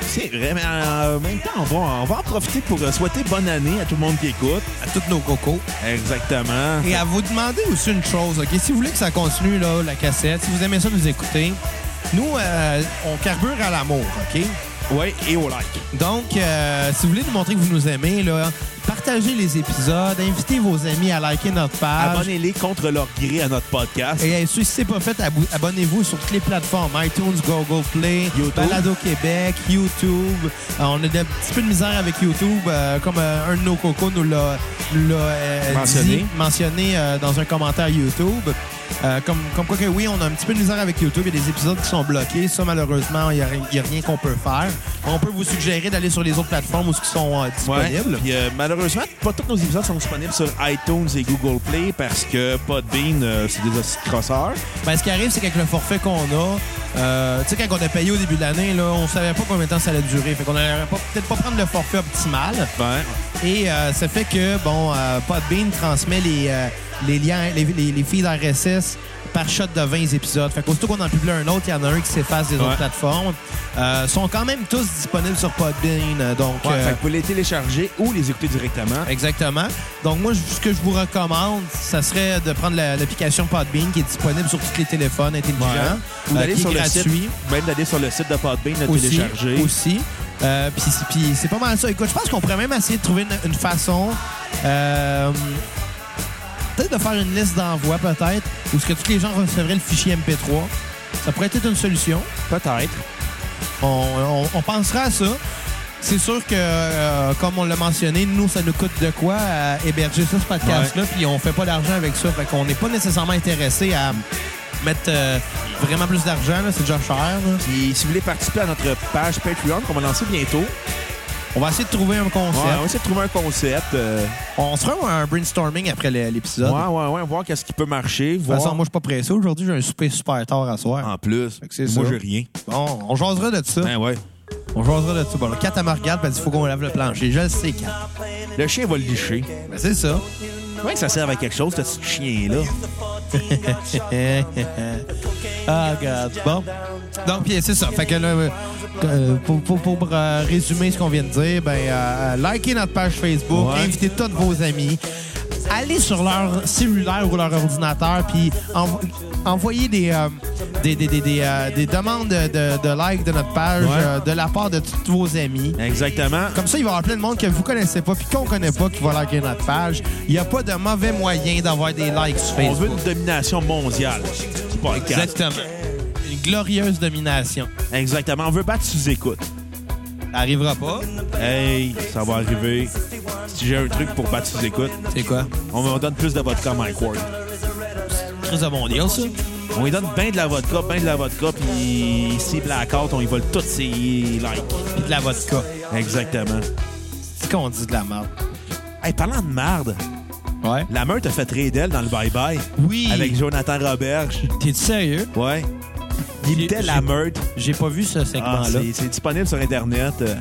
A: c'est vrai, mais en même temps, on va, on va en profiter pour euh, souhaiter bonne année à tout le monde qui écoute.
C: À tous nos cocos.
A: Exactement.
C: Et à vous demander aussi une chose, OK? Si vous voulez que ça continue, là, la cassette, si vous aimez ça, nous écouter. Nous, euh, on carbure à l'amour, OK?
A: Ouais, et au like.
C: Donc, euh, si vous voulez nous montrer que vous nous aimez, là, partagez les épisodes, invitez vos amis à liker notre page.
A: Abonnez-les contre leur gré à notre podcast.
C: Ah, Et euh, si ce n'est pas fait, abou- abonnez-vous sur toutes les plateformes iTunes, Google Play,
A: YouTube.
C: Balado Québec, YouTube. Euh, on a de- un petit peu de misère avec YouTube, euh, comme euh, un de nos cocos nous l'a nous l'a, euh,
A: Mentionné.
C: dit, mentionné euh, dans un commentaire YouTube. Euh, comme, comme quoi que oui, on a un petit peu de misère avec YouTube. Il y a des épisodes qui sont bloqués. Ça, malheureusement, il n'y a, ri- il y a rien qu'on peut faire. On peut vous suggérer d'aller sur les autres plateformes où ce qui sont euh,
A: Ouais.
C: disponibles.
A: Puis, euh, malheureusement, pas tous nos épisodes sont disponibles sur iTunes et Google Play parce que Podbean, euh, c'est des hosties de crosseurs.
C: Ben, ce qui arrive, c'est qu'avec le forfait qu'on a, euh, tu sais, quand on a payé au début de l'année, là, on savait pas combien de temps ça allait durer. Fait qu'on n'allait pas- peut-être pas prendre le forfait optimal.
A: Ben,
C: Et euh, ça fait que, bon, euh, Podbean transmet les, euh, les liens, les, les, les feeds RSS par shot de 20 épisodes. Fait qu'aussitôt qu'on en publie un autre, il y en a un qui s'efface des
A: Ouais.
C: autres plateformes. Euh, sont quand même tous disponibles sur Podbean. euh, Donc,
A: ouais,
C: euh,
A: fait que vous pouvez les télécharger ou les écouter directement.
C: Exactement. Donc, moi, je- ce que je vous recommande, ça serait de prendre la- l'application Podbean qui est disponible sur tous les téléphones intelligents.
A: Ou
C: euh,
A: d'aller
C: qui est
A: sur le site.
C: gratuit
A: Même d'aller sur le site de Podbean, le
C: aussi.
A: télécharger.
C: aussi. Euh, puis c'est- Puis c'est pas mal ça. Écoute, je pense qu'on pourrait même essayer de trouver une, une façon. euh, peut-être de faire une liste d'envoi, peut-être, où ce que tous les gens recevraient le fichier MP3. Ça pourrait être une solution.
A: Peut-être.
C: On, on- on pensera à ça. C'est sûr que, euh, comme on l'a mentionné, nous, ça nous coûte de quoi à héberger ça, ce podcast-là, puis on fait pas d'argent avec ça. Fait qu'on n'est pas nécessairement intéressé à mettre euh, vraiment plus d'argent. là. C'est déjà cher. là.
A: Puis si vous voulez participer à notre page Patreon qu'on va lancer bientôt,
C: On va essayer de trouver un
A: ouais,
C: concept.
A: on va essayer de trouver un concept. euh,
C: On se fera un brainstorming après le-
A: ouais,
C: l'épisode.
A: ouais, ouais, voir qu'est-ce qui peut marcher.
C: De toute
A: Voir...
C: façon, moi, je suis pas pressé. Aujourd'hui, j'ai un souper super tard à soir.
A: en plus,
C: que c'est
A: moi,
C: ça.
A: j'ai rien.
C: Bon, on jasera de ça.
A: Ben Ah. ouais.
C: On jasera de ça. Bon, là, Kat, elle me regarde, puis elle dit faut qu'on lave le plancher. Je le sais, Kat.
A: Le chien va le licher.
C: Ben, c'est ça.
A: Ouais, que ça sert à quelque chose, ce petit chien-là.
C: Ah, God. Bon. Donc, puis c'est ça. Fait que là, euh, pour, pour- pour, euh, résumer ce qu'on vient de dire, ben, euh, likez notre euh, page Facebook,
A: Ouais.
C: invitez tous vos amis. allez sur leur cellulaire ou leur ordinateur, puis envo- envoyez des, euh, des, des, des, des, euh, des demandes de, de, de like de notre page
A: Ouais.
C: euh, de la part de tous vos amis.
A: Exactement.
C: Comme ça, il va y avoir plein de monde que vous connaissez pas puis qu'on connaît pas qui va liker notre page. Il n'y a pas de mauvais moyen d'avoir des likes sur
A: On veut
C: Facebook.
A: une domination mondiale. du podcast.
C: Exactement. Une glorieuse domination.
A: Exactement. On veut battre sous écoute.
C: Ça arrivera pas.
A: Hey, ça va arriver. Si j'ai un truc pour battre sous écoute,
C: C'est quoi?
A: on me donne plus de vodka à Mike Ward.
C: Très de bon deal, ça.
A: On lui donne bien de la vodka, bien de la vodka, puis si Blackout, on lui vole toutes ses likes.
C: Puis de la vodka.
A: Exactement.
C: C'est qu'on dit de la merde.
A: Hey, parlant de marde,
C: Ouais.
A: la meute a fait rire d'elle dans le bye-bye.
C: Oui.
A: Avec Jonathan Roberge.
C: T'es sérieux?
A: Ouais. Il
C: J'ai-
A: était
C: j'ai-
A: la meute.
C: J'ai pas vu ce
A: Ah,
C: segment-là.
A: c'est c'est disponible sur Internet. euh,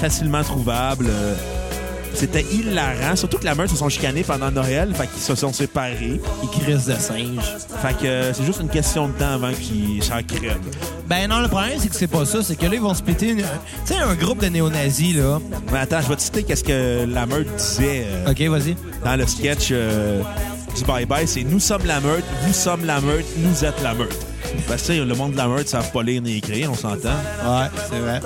A: facilement trouvable. euh, C'était hilarant. Surtout que la meute se sont chicanés pendant Noël. Fait qu'ils se sont séparés.
C: Il crise de singe.
A: Fait que euh, c'est juste une question de temps avant qu'ils s'en crèvent.
C: Ben non, le problème, c'est que c'est pas ça. C'est que là, ils vont splitter une... Tu sais, un groupe de néo-nazis, là.
A: Mais attends, je vais te citer qu'est-ce que la meute disait euh,
C: OK, vas-y.
A: dans le sketch euh, du Bye Bye. C'est « Nous sommes la meute, vous sommes la meute, nous êtes la meute ». Parce que tu sais, le monde de la meute ne savent pas lire ni écrire, on s'entend.
C: Ouais, c'est vrai.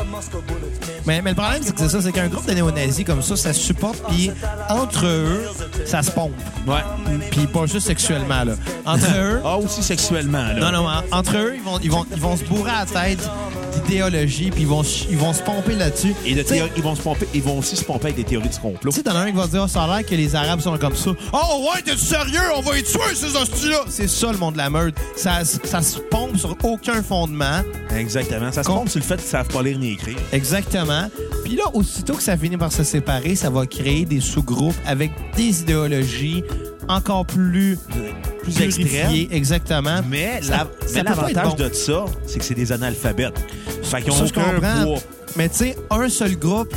C: Mais, mais le problème, c'est que c'est ça. C'est qu'un groupe de néo-nazis comme ça, ça se supporte, puis entre eux, ça se pompe.
A: Ouais.
C: Puis pas juste sexuellement, là. Entre eux...
A: Ah, aussi sexuellement, là.
C: Non, non, en- entre eux, ils vont, ils vont, ils vont se bourrer à la tête d'idéologie, puis ils vont, se- ils vont se pomper là-dessus.
A: Et de
C: Tu sais,
A: théorie- ils, vont se pomper, ils vont aussi se pomper avec des théories du complot.
C: Tu sais, t'en as un qui va dire, oh, ça a l'air que les Arabes sont comme ça. Oh ouais, t'es sérieux? On va les tuer, ces hosties-là! C'est ça, le monde de la meute. Ça, ça se pompe sur aucun fondement.
A: Exactement. Ça se
C: Com-
A: pompe sur le fait qu'ils ne savent pas lire ni écrire.
C: Exactement. Puis là, aussitôt que ça finit par se séparer, ça va créer des sous-groupes avec des idéologies encore plus
A: Plus extrême.
C: purifiées. Exactement.
A: Mais
C: Ça-
A: la-
C: ça
A: mais
C: peut pas être
A: l'avantage
C: bon.
A: de ça, c'est que c'est des analphabètes. Fait qu'ils ont
C: Ça, je
A: aucun
C: comprends.
A: poids.
C: Mais tu sais, un seul groupe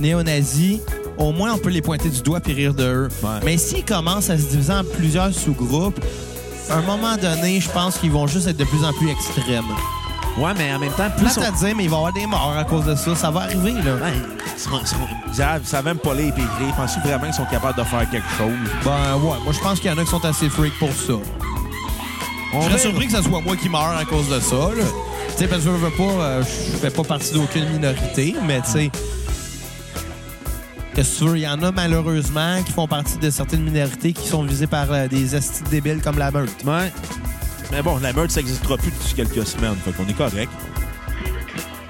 C: néo-nazi, au moins on peut les pointer du doigt puis rire de eux.
A: Ouais.
C: Mais s'ils commencent à se diviser en plusieurs sous-groupes, à un moment donné, je pense qu'ils vont juste être de plus en plus extrêmes.
A: Ouais, mais en même temps, plus
C: Plate à dire, mais il va y avoir des morts à cause de ça. Ça va arriver, là.
A: Ouais, ils sont- ils sont- ils savent- ils savent même pas lire et écrire. Ils pensent vraiment qu'ils sont capables de faire quelque chose.
C: Ben ouais, moi je pense qu'il y en a qui sont assez freaks pour ça.
A: On
C: Je
A: verra.
C: serais surpris que ce soit moi qui meure à cause de ça, là. Tu sais, parce que je veux pas, euh, je fais pas partie d'aucune minorité, mais tu sais. Qu'est-ce que tu veux? Il y en a malheureusement qui font partie de certaines minorités qui sont visées par euh, des estis débiles comme la meute.
A: Ouais. Mais bon, la meute, ça n'existera plus depuis quelques semaines. Fait qu'on est correct.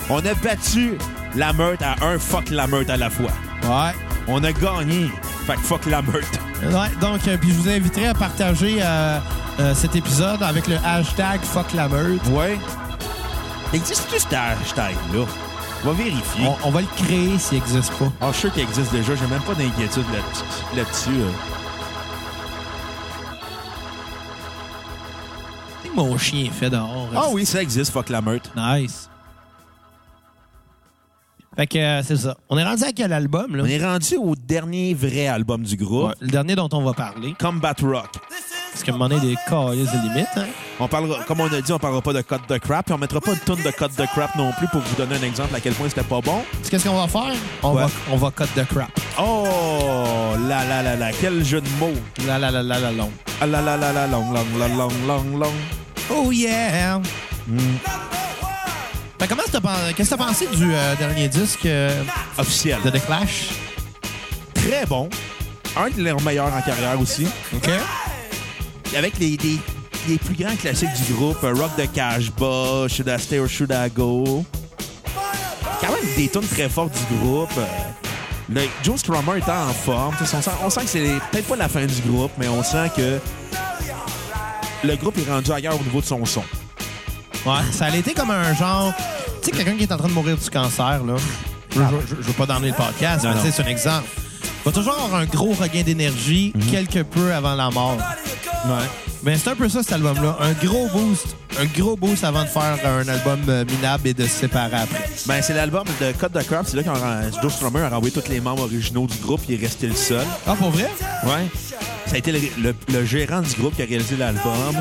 A: On a battu la meute à un fuck la meute à la fois.
C: Ouais.
A: On a gagné. Fait que fuck la meute.
C: Ouais, donc, euh, puis je vous inviterai à partager euh, euh, cet épisode avec le hashtag fuck la meute.
A: Ouais. Existe-tu cet hashtag-là? On va vérifier.
C: On, on va le créer s'il n'existe pas.
A: Ah, je suis sûr qu'il existe déjà. J'ai même pas d'inquiétude là- là-dessus. euh.
C: Mon chien fait dehors.
A: Ah oui, ça existe, fuck la meute.
C: Nice. Fait que euh, c'est ça. On est rendu à quel album, là?
A: On est rendu au dernier vrai album du groupe,
C: Ouais, le dernier dont on va parler.
A: Combat Rock.
C: Parce qu'à un moment donné, des calices de limite. Hein?
A: On parlera, comme on a dit, on parlera pas de code de crap, et on mettra pas une tonne de code de crap non plus pour vous donner un exemple à quel point c'était pas bon.
C: Tu sais Qu'est-ce qu'on va faire? On,
A: Ouais.
C: va, on va cut de crap.
A: Oh là là là là, quel jeu de mots.
C: La la la la la long.
A: Ah là là là là, long long long long long long.
C: Oh yeah! Fait comment t'as pen- qu'est-ce que t'as pensé du euh, dernier disque euh,
A: Officiel.
C: de The Clash?
A: Très bon. Un de leurs meilleurs en carrière aussi.
C: OK.
A: Avec les, les, les plus grands classiques du groupe, euh, Rock de Cashba, Should I Stay or Should I Go. Quand même des tunes très fortes du groupe. euh, Le, Joe Strummer était en forme. Tu sais, On sent, on sent que c'est peut-être pas la fin du groupe, mais on sent que le groupe est rendu ailleurs au niveau de son son.
C: Ouais, ça a été comme un genre... Tu sais, quelqu'un qui est en train de mourir du cancer, là. Je, je- je veux pas donner le podcast,
A: Non,
C: mais
A: non.
C: tu sais, c'est un exemple. Va toujours avoir un gros regain d'énergie quelque peu avant la mort. Ben, c'est un peu ça, cet album-là. Un gros boost. Un gros boost avant de faire un album euh, minable et de se séparer après.
A: Ben, c'est l'album de Cut the Crap. C'est là que Joe Strummer a renvoyé tous les membres originaux du groupe. Il est resté le seul.
C: Ah, pour vrai?
A: Ouais. Ça a été le, le- le gérant du groupe qui a réalisé l'album.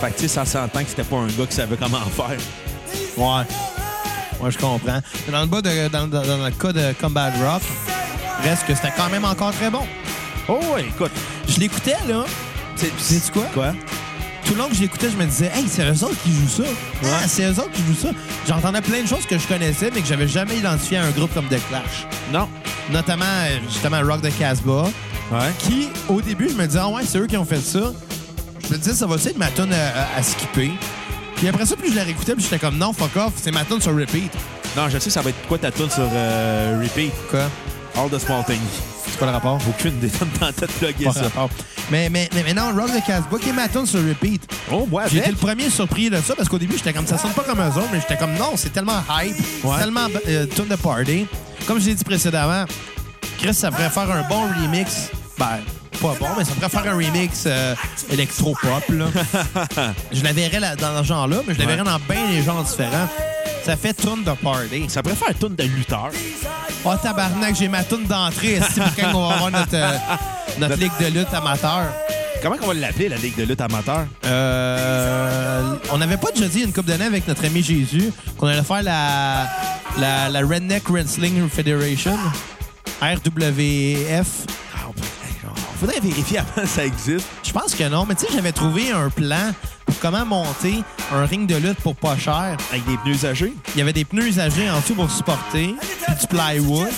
A: Fait que, tu sais, ça s'entend que c'était pas un gars qui savait comment faire.
C: Ouais. Ouais, je comprends. Mais Dans le, bas de, dans, dans- dans le cas de Combat Rock, reste que c'était quand même encore très bon.
A: Oh, ouais, écoute.
C: Je l'écoutais, là.
A: C'est
C: Sais-tu quoi?
A: quoi?
C: Tout le long que je l'écoutais, je me disais, hey, c'est eux autres qui jouent ça. Ah, c'est eux autres qui jouent ça. J'entendais plein de choses que je connaissais, mais que j'avais jamais identifié à un groupe comme The Clash.
A: Non.
C: Notamment, euh, justement, Rock de Casbah.
A: Ouais.
C: qui, au début, je me disais, ah ouais, c'est eux qui ont fait ça. Je me disais, ça va être ma tune à, à- à skipper. Puis après ça, plus je la réécoutais, puis j'étais comme, non, fuck off, c'est ma tune sur repeat.
A: Non, je sais, ça va être quoi ta tune sur euh, Repeat?
C: Quoi?
A: All the Small Things.
C: C'est pas le rapport?
A: Aucune des tonnes dans ta tête pluguée,
C: Pas
A: ça.
C: rapport. Mais, mais, mais, mais non, Rock the Casbah qui est ma tune sur repeat.
A: Oh, moi,
C: J'ai
A: avec.
C: été le premier surpris de ça parce qu'au début, j'étais comme, ça sonne pas comme eux autres, mais j'étais comme, non, c'est tellement hype,
A: Ouais.
C: c'est tellement euh, tune de party. Comme je l'ai dit précédemment, Chris, ça pourrait faire un bon remix. Ben, pas bon, mais ça pourrait faire un remix euh, électro-pop, là. je la verrais là- dans ce genre-là, mais je la
A: Ouais.
C: verrais dans bien des genres différents. Ça fait tune de party.
A: Ça préfère une tune de lutteur.
C: Oh, tabarnak, j'ai ma tune d'entrée. C'est pour quand on va avoir notre, euh, notre ligue de lutte amateur.
A: Comment qu'on va l'appeler, la Ligue de lutte amateur?
C: Euh, on n'avait pas déjà dit une coupe d'année avec notre ami Jésus qu'on allait faire la, la, la Redneck Wrestling Federation, RWF.
A: Ah, on peut- hey, on- Faudrait vérifier avant que ça existe.
C: Je pense que non, mais tu sais, j'avais trouvé un plan pour comment monter un ring de lutte pour pas cher.
A: Avec des pneus âgés.
C: Il y avait des pneus usagés en dessous pour supporter, puis du plywood.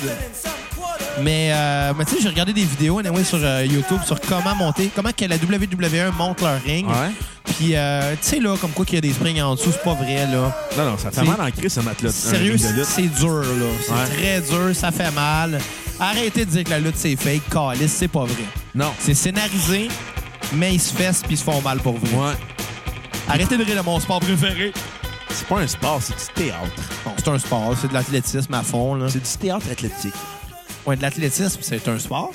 C: Mais, euh, mais tu sais, j'ai regardé des vidéos anyway, sur euh, YouTube sur comment monter, comment que la WWE monte leur ring.
A: Ouais.
C: Puis, euh, tu sais, là, comme quoi qu'il y a des springs en dessous, c'est pas vrai, là.
A: Non, non, ça fait
C: C'est-
A: mal en crise, ce matelas.
C: Sérieux, c'est c'est dur, là. C'est
A: Ouais.
C: très dur, ça fait mal. Arrêtez de dire que la lutte, c'est fake. Calice, c'est pas vrai.
A: Non.
C: C'est scénarisé, mais ils se fessent puis ils se font mal pour vrai.
A: Ouais.
C: Arrêtez de rire de mon sport préféré.
A: C'est pas un sport, c'est du théâtre.
C: Bon, c'est un sport, c'est de l'athlétisme à fond, là.
A: C'est du théâtre athlétique.
C: Ouais, de l'athlétisme, c'est un sport.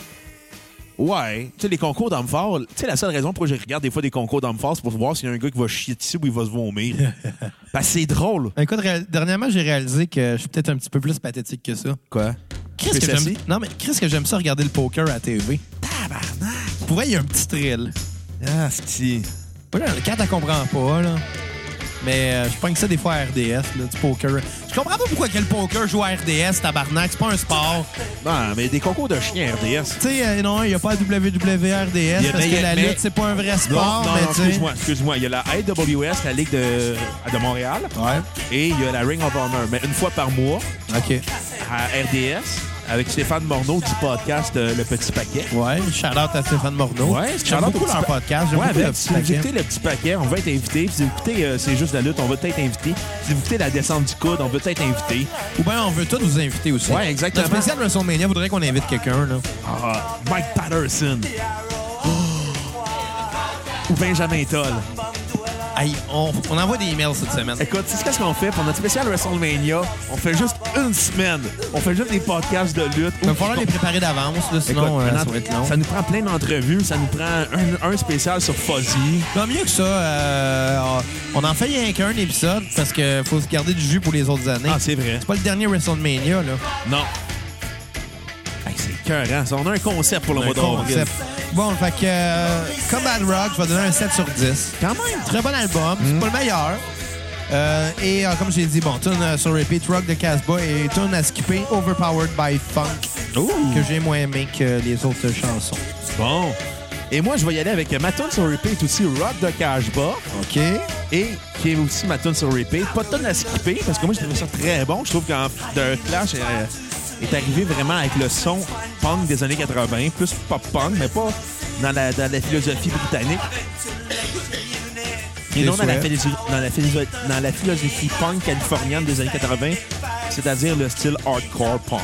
A: Ouais. Tu sais, les concours d'hommes forts, tu sais, la seule raison pourquoi je regarde des fois des concours d'hommes forts, c'est pour voir s'il y a un gars qui va chier dessus ou il va se vomir. Parce que c'est drôle.
C: Écoute, réal- dernièrement, j'ai réalisé que je suis peut-être un petit peu plus pathétique que ça.
A: Quoi?
C: Qu'est-ce que
A: Fais ça
C: j'aime...
A: si?
C: Non, mais qu'est-ce que j'aime ça regarder le poker à TV?
A: Tabarnak!
C: Pour vrai, il y a un petit thrill.
A: Ah, c'est...
C: Ouais, là, quand t'en comprends pas, là. Mais euh, je pense ça des fois à RDS, là, du poker. Je comprends pas pourquoi que le poker joue à RDS, tabarnak. C'est pas un sport.
A: Non, mais des concours de chiens RDS.
C: Tu sais, euh, non, il y a pas E WWE RDS
A: Il y a-
C: parce
A: mais-
C: que la
A: mais-
C: lutte, c'est pas un vrai
A: Non,
C: sport,
A: non,
C: mais
A: non,
C: tu sais.
A: excuse-moi, excuse-moi. Il y a la AWS, la Ligue de, de Montréal,
C: Ouais.
A: et il y a la Ring of Honor. Mais une fois par mois,
C: OK.
A: à RDS, avec Stéphane Morneau du podcast euh, Le Petit Paquet.
C: Ouais, shout-out à Stéphane Morneau. J'aime
A: Charlotte
C: beaucoup
A: au petit
C: leur
A: pa-
C: podcast. J'aime
A: Ouais,
C: beaucoup
A: avec,
C: le petit
A: si vous
C: paquet.
A: écoutez le petit paquet, on va être invité. Si vous écoutez euh, C'est juste la lutte, on va peut-être invité. Si vous écoutez la descente du coude, on va peut-être invité.
C: Ou bien, on veut tous vous inviter aussi.
A: Ouais, exactement.
C: Le spécial WrestleMania voudrait qu'on invite quelqu'un, là.
A: Ah, Mike Patterson. Oh. Ou Benjamin Toll.
C: Hey, on, on envoie des emails cette semaine.
A: Écoute, c'est ce qu'on fait pour notre spécial WrestleMania. On fait juste une semaine. On fait juste des podcasts de lutte.
C: Il va falloir les préparer d'avance, là,
A: Écoute,
C: sinon
A: un
C: euh, ça
A: entre-
C: va être long.
A: ça nous prend plein d'entrevues. Ça nous prend un, un spécial sur Fuzzy.
C: Tant mieux que ça, euh, on en fait rien qu'un épisode parce que faut se garder du jus pour les autres années.
A: Ah, c'est vrai.
C: pas le dernier WrestleMania, là.
A: Non. Hey, c'est cœur, ça. On a un concept pour le
C: Un
A: mois d'avril.
C: concept. Bon, fait que euh, Combat Rock, je vais donner un 7 sur 10.
A: Quand même.
C: Très bon album,
A: Mm.
C: c'est pas le meilleur. Euh, et euh, comme j'ai dit, bon, tune euh, sur repeat, Rock de Casbah et tune à skipper, Overpowered by Funk,
A: Ouh.
C: que j'ai moins aimé que les autres chansons.
A: Bon. Et moi, je vais y aller avec ma tune sur repeat aussi, Rock de Cashba,
C: OK?
A: et qui est aussi ma tune sur repeat. Pas de tune à skipper, parce que moi, je trouve ça très bon. Je trouve qu'en The Clash euh, est arrivé vraiment avec le son punk des années 80, plus pop-punk, mais pas dans la, dans la philosophie britannique. Et non dans la,
C: souhaits.
A: philosophie, dans, la philosophie, dans la philosophie punk californienne des années 80, c'est-à-dire le style hardcore punk.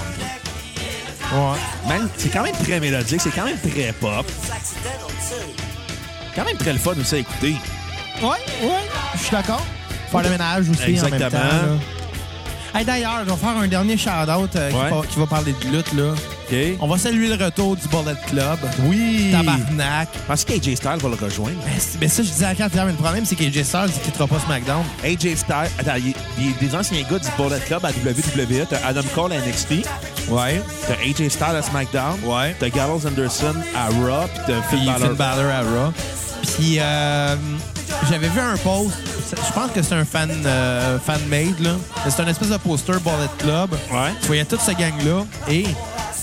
C: Ouais.
A: Même- C'est quand même très mélodique, c'est quand même très pop. Quand même très le fun aussi à écouter.
C: Ouais, ouais, je suis d'accord. Faire le ménage aussi en
A: Exactement.
C: même temps. là. Hey, D'ailleurs, je vais faire un dernier shout-out euh, qui
A: Ouais.
C: va- qui, va parler de lutte. Là. On va saluer le retour du Bullet Club.
A: Oui.
C: Tabarnak.
A: Parce qu'AJ Styles va le rejoindre.
C: Mais c'est- Mais ça, je disais à Kat hier, mais le problème, c'est qu'AJ Styles, il quittera pas SmackDown.
A: AJ Styles, attends, il y a- il y a des anciens gars du Bullet Club à WWE. T'as Adam Cole à NXT,
C: Ouais.
A: t'as AJ Styles à SmackDown,
C: Ouais.
A: t'as Gallows Anderson à Raw, puis t'as
C: Puis
A: Finn
C: Finn
A: Balor.
C: Balor à Raw. Puis euh, j'avais vu un post. C'est- Je pense que c'est un fan, euh, fan-made. là. c'est un espèce de poster Bullet Club.
A: Ouais.
C: Tu voyais toute cette gang-là. Et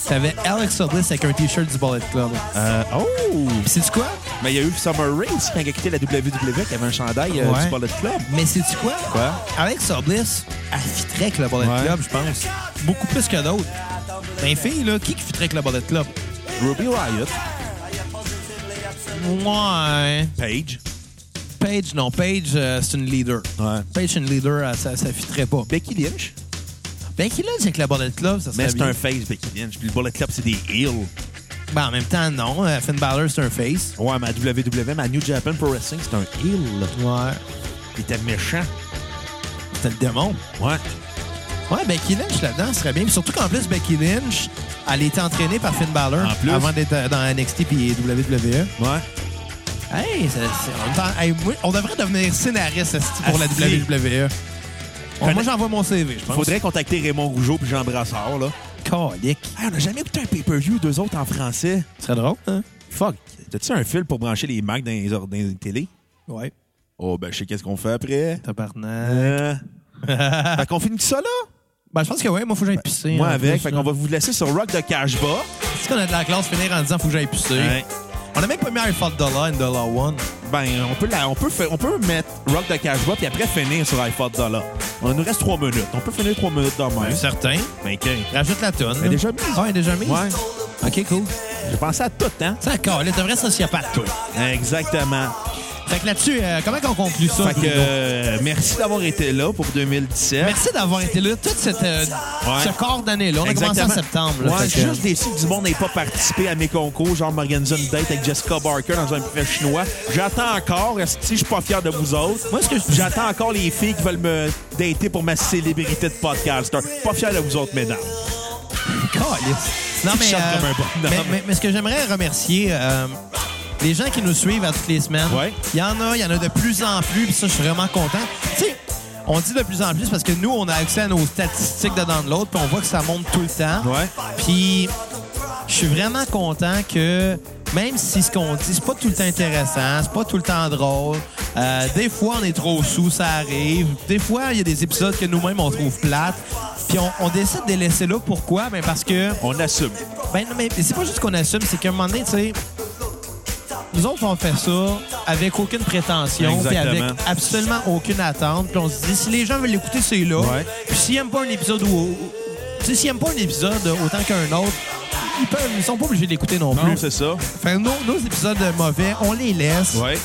C: T'avais Alex Bliss avec un T-shirt du Bullet Club.
A: Euh, oh!
C: Pis sais-tu quoi?
A: Mais il y a eu Summer Rae aussi quand il a quitté la WWE qui avait un chandail euh,
C: Ouais.
A: du Bullet Club.
C: Mais sais-tu quoi?
A: Quoi?
C: Alex Bliss, elle fitrait avec le Bullet
A: Ouais.
C: Club, je pense. Beaucoup plus que d'autres. Ben, fille, là, qui qui fitrait avec le Bullet Club?
A: Ruby Riot,
C: Ouais.
A: Paige,
C: hein, Paige, non. Paige, euh, c'est une leader.
A: Ouais.
C: Paige, c'est une leader, elle, ça, ça fitrait pas.
A: Becky Lynch.
C: Ben, qui l'a dit avec le Bullet Club? Ça serait
A: Mais c'est
C: bien.
A: un face, Becky Lynch. Puis le Bullet Club, c'est des heels.
C: Ben, en même temps, non. Euh, Finn Balor, c'est un face.
A: Ouais, ma WWE, ma E, New Japan Pro Wrestling, c'est un heel.
C: Ouais.
A: Il était méchant.
C: C'était le démon.
A: Ouais.
C: Ouais, Becky Lynch là-dedans ce serait bien. Puis surtout qu'en plus, Becky Lynch, elle a été entraînée par Finn Balor
A: En plus.
C: avant d'être euh, dans NXT puis WWE.
A: Ouais.
C: Hey, ça- c'est- on, t'en- hey, oui, on devrait devenir scénariste esti, pour la
A: Asti.
C: WWE. Bon,
A: Ah, Connais-
C: moi, j'envoie mon CV, je pense.
A: Faudrait contacter Raymond Rougeau puis Jean Brassard, là.
C: Calique.
A: Hey, on n'a jamais écouté un pay-per-view, deux autres en français.
C: Ce serait drôle, hein?
A: Fuck. T'as-tu un fil pour brancher les Macs dans les, or- dans les télé?
C: Ouais.
A: Oh, ben, je sais qu'est-ce qu'on fait après.
C: Tabarnak.
A: Euh... fait qu'on finit ça, là?
C: Ben, je pense que ouais, moi, faut que j'aille pisser.
A: Moi
C: en
A: avec.
C: plus,
A: Fait
C: là.
A: qu'on va vous laisser sur Rock de Cashba.
C: Est-ce qu'on a de la classe finir en disant faut que j'aille pisser?
A: Ouais.
C: On a même pas mis un $4 dollar, une dollar one.
A: Ben, on peut, la- on, peut fa- on peut mettre Rock de Cashba puis après finir sur iPod Dollar. On nous reste trois minutes. On peut finir trois minutes dans même.
C: certain.
A: Ben, ok.
C: Rajoute la tonne.
A: Elle est déjà mise.
C: Ah, elle est déjà mise?
A: Ouais.
C: OK, cool.
A: J'ai pensé à tout, hein?
C: Ça, calé, t'es vrai sociopathe, toi.
A: Exactement.
C: Fait que là-dessus, euh, comment qu'on conclut ça?
A: Fait que,
C: Bruno?
A: euh, merci d'avoir été là pour 2017.
C: Merci d'avoir été là tout cette, euh, ce corps d'année-là. On a commencé en
A: Exactement.
C: septembre. là,
A: ouais,
C: fait que-
A: juste déçu que du monde n'ait pas participé à mes concours. Genre, m'organiser une date avec Jessica Barker dans un buffet chinois. J'attends encore. Est-ce que je suis pas fier de vous autres?
C: Moi, ce que je-
A: J'attends encore les filles qui veulent me dater pour ma célébrité de podcaster. Pas fier de vous autres, mesdames.
C: Calisse. Non,
A: Tu
C: mais,
A: chantes
C: euh,
A: comme un bonhomme.
C: mais, mais- mais ce que j'aimerais remercier, euh, les gens qui nous suivent à toutes les semaines,
A: Ouais.
C: il y en a, il y en a de plus en plus, puis ça, je suis vraiment content. Tu sais, on dit de plus en plus parce que nous, on a accès à nos statistiques de download, puis on voit que ça monte tout le temps.
A: Ouais.
C: Puis, je suis vraiment content que, même si ce qu'on dit, c'est pas tout le temps intéressant, c'est pas tout le temps drôle, euh, des fois, on est trop sous, ça arrive. Des fois, il y a des épisodes que nous-mêmes, on trouve plates. Puis, on, on décide de les laisser là. Pourquoi? Ben parce que...
A: On assume.
C: Ben non, mais c'est pas juste qu'on assume, c'est qu'à un moment donné, tu sais, nous autres, on fait ça avec aucune prétention, puis avec
A: Exactement.
C: absolument aucune attente. Puis on se dit, si les gens veulent l'écouter, c'est là.
A: Ouais.
C: Puis s'ils n'aiment pas un épisode ou. ou- tu sais, s'ils n'aiment pas un épisode autant qu'un autre, ils peuvent, ils sont pas obligés de l'écouter non,
A: Non,
C: plus.
A: c'est ça.
C: Fait que nos, nos épisodes mauvais, on les laisse.
A: Ouais.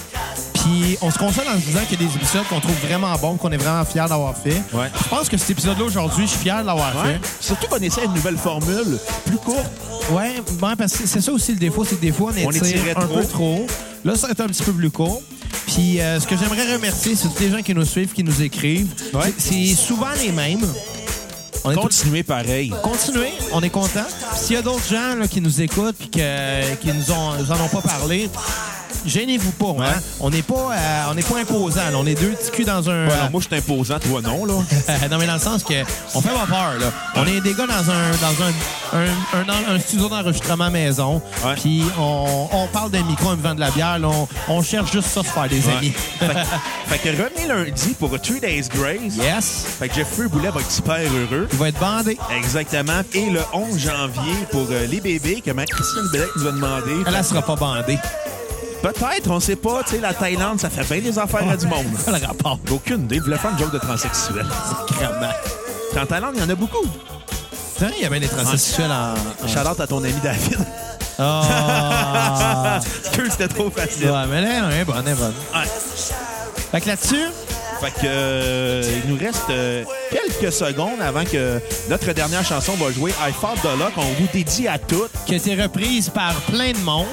C: Puis on se console en se disant qu'il y a des épisodes qu'on trouve vraiment bons, qu'on est vraiment fiers d'avoir fait.
A: Ouais.
C: Je pense que cet épisode-là aujourd'hui, je suis fier de l'avoir fait.
A: Ouais. Surtout qu'on essaie une nouvelle formule plus courte.
C: Ouais, ben, parce que c'est ça aussi le défaut, c'est que des fois on
A: On
C: étire
A: étirait
C: un
A: trop.
C: peu trop. Là, ça va être un petit peu plus court. Puis euh, ce que j'aimerais remercier, c'est tous les gens qui nous suivent, qui nous écrivent.
A: Ouais.
C: C'est c'est souvent les mêmes. On est tous-
A: Continuez pareil.
C: Continuez, on est content. Puis S'il y a d'autres gens là, qui nous écoutent puis que- qui nous, ont, nous en ont pas parlé, gênez-vous pas. hein.
A: Ouais.
C: On n'est pas, euh, on n'est pas imposant. là. On est deux petits culs dans un.
A: Ouais, non, moi, je suis imposant, toi non, là.
C: Euh, non, mais dans le sens que on fait pas peur, là. On est des gars dans un, dans un, un, un, en- un studio d'enregistrement maison.
A: Ouais.
C: Puis on, on parle d'un micro en buvant de la bière. là. on, on cherche juste ça, se faire des
A: Ouais.
C: amis.
A: fait, que- fait que revenez lundi pour Three Days Grace.
C: Yes!
A: Fait que Jeffrey Boulet va être super heureux.
C: Il va être bandé.
A: Exactement. Et le 11 janvier pour euh, les bébés, que ma Christine Bellec nous a demandé.
C: Elle, elle sera pas bandée.
A: Peut-être, on sait pas. Tu sais, la Thaïlande, ça fait bien des affaires à du monde.
C: Quel rapport?
A: J'ai Aucune idée. Je voulais faire une joke de transsexuel.
C: Sacrement.
A: En Thaïlande, il y en a beaucoup.
C: Putain, il y avait des transsexuels en. en-
A: Shout out à ton ami David.
C: Ah!
A: que c'était trop facile.
C: ouais, mais là, elle est bonne, elle est bonne.
A: Ouais.
C: Fait que là-dessus,
A: Fait que euh, il nous reste euh, quelques secondes avant que notre dernière chanson va jouer I Fought the Luck. On vous dédie à toutes.
C: qui a été reprise par plein de monde.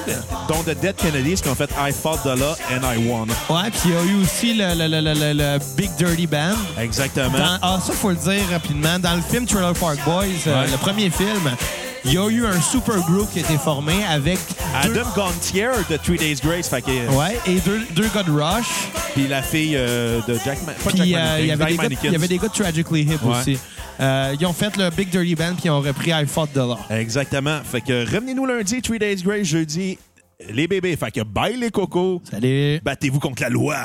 A: dont The Dead Kennedys qui ont fait I Fought the Law and I Won.
C: Ouais, puis il y a eu aussi le, le- le- le- le- le Big Dirty Band.
A: Exactement.
C: Dans- ah, ça, faut le dire rapidement. Dans le film Trailer Park Boys, euh,
A: Ouais.
C: le premier film, il y a eu un super groupe qui a été formé avec deux,
A: Adam Gontier de Three Days Grace, fait que,
C: ouais, et deux, deux gars de Rush.
A: puis la fille euh, de Jack, Ma- pas
C: Puis
A: Jack
C: euh,
A: Mannequin,
C: il y avait
A: Jack
C: des gars-
A: Mannequins.
C: il y avait des gars de Tragically Hip
A: Ouais.
C: aussi. Euh, ils ont fait le Big Dirty Band puis ils ont repris I Fought the Law.
A: Exactement. Fait que revenez-nous lundi, Three Days Grace, jeudi, les bébés. Fait que bye les cocos,
C: Salut!
A: battez-vous contre la loi.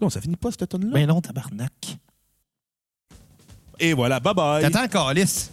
A: Non, ça finit pas cette tonne là
C: Ben non, tabarnak.
A: Et voilà, bye bye.
C: T'attends, Calis.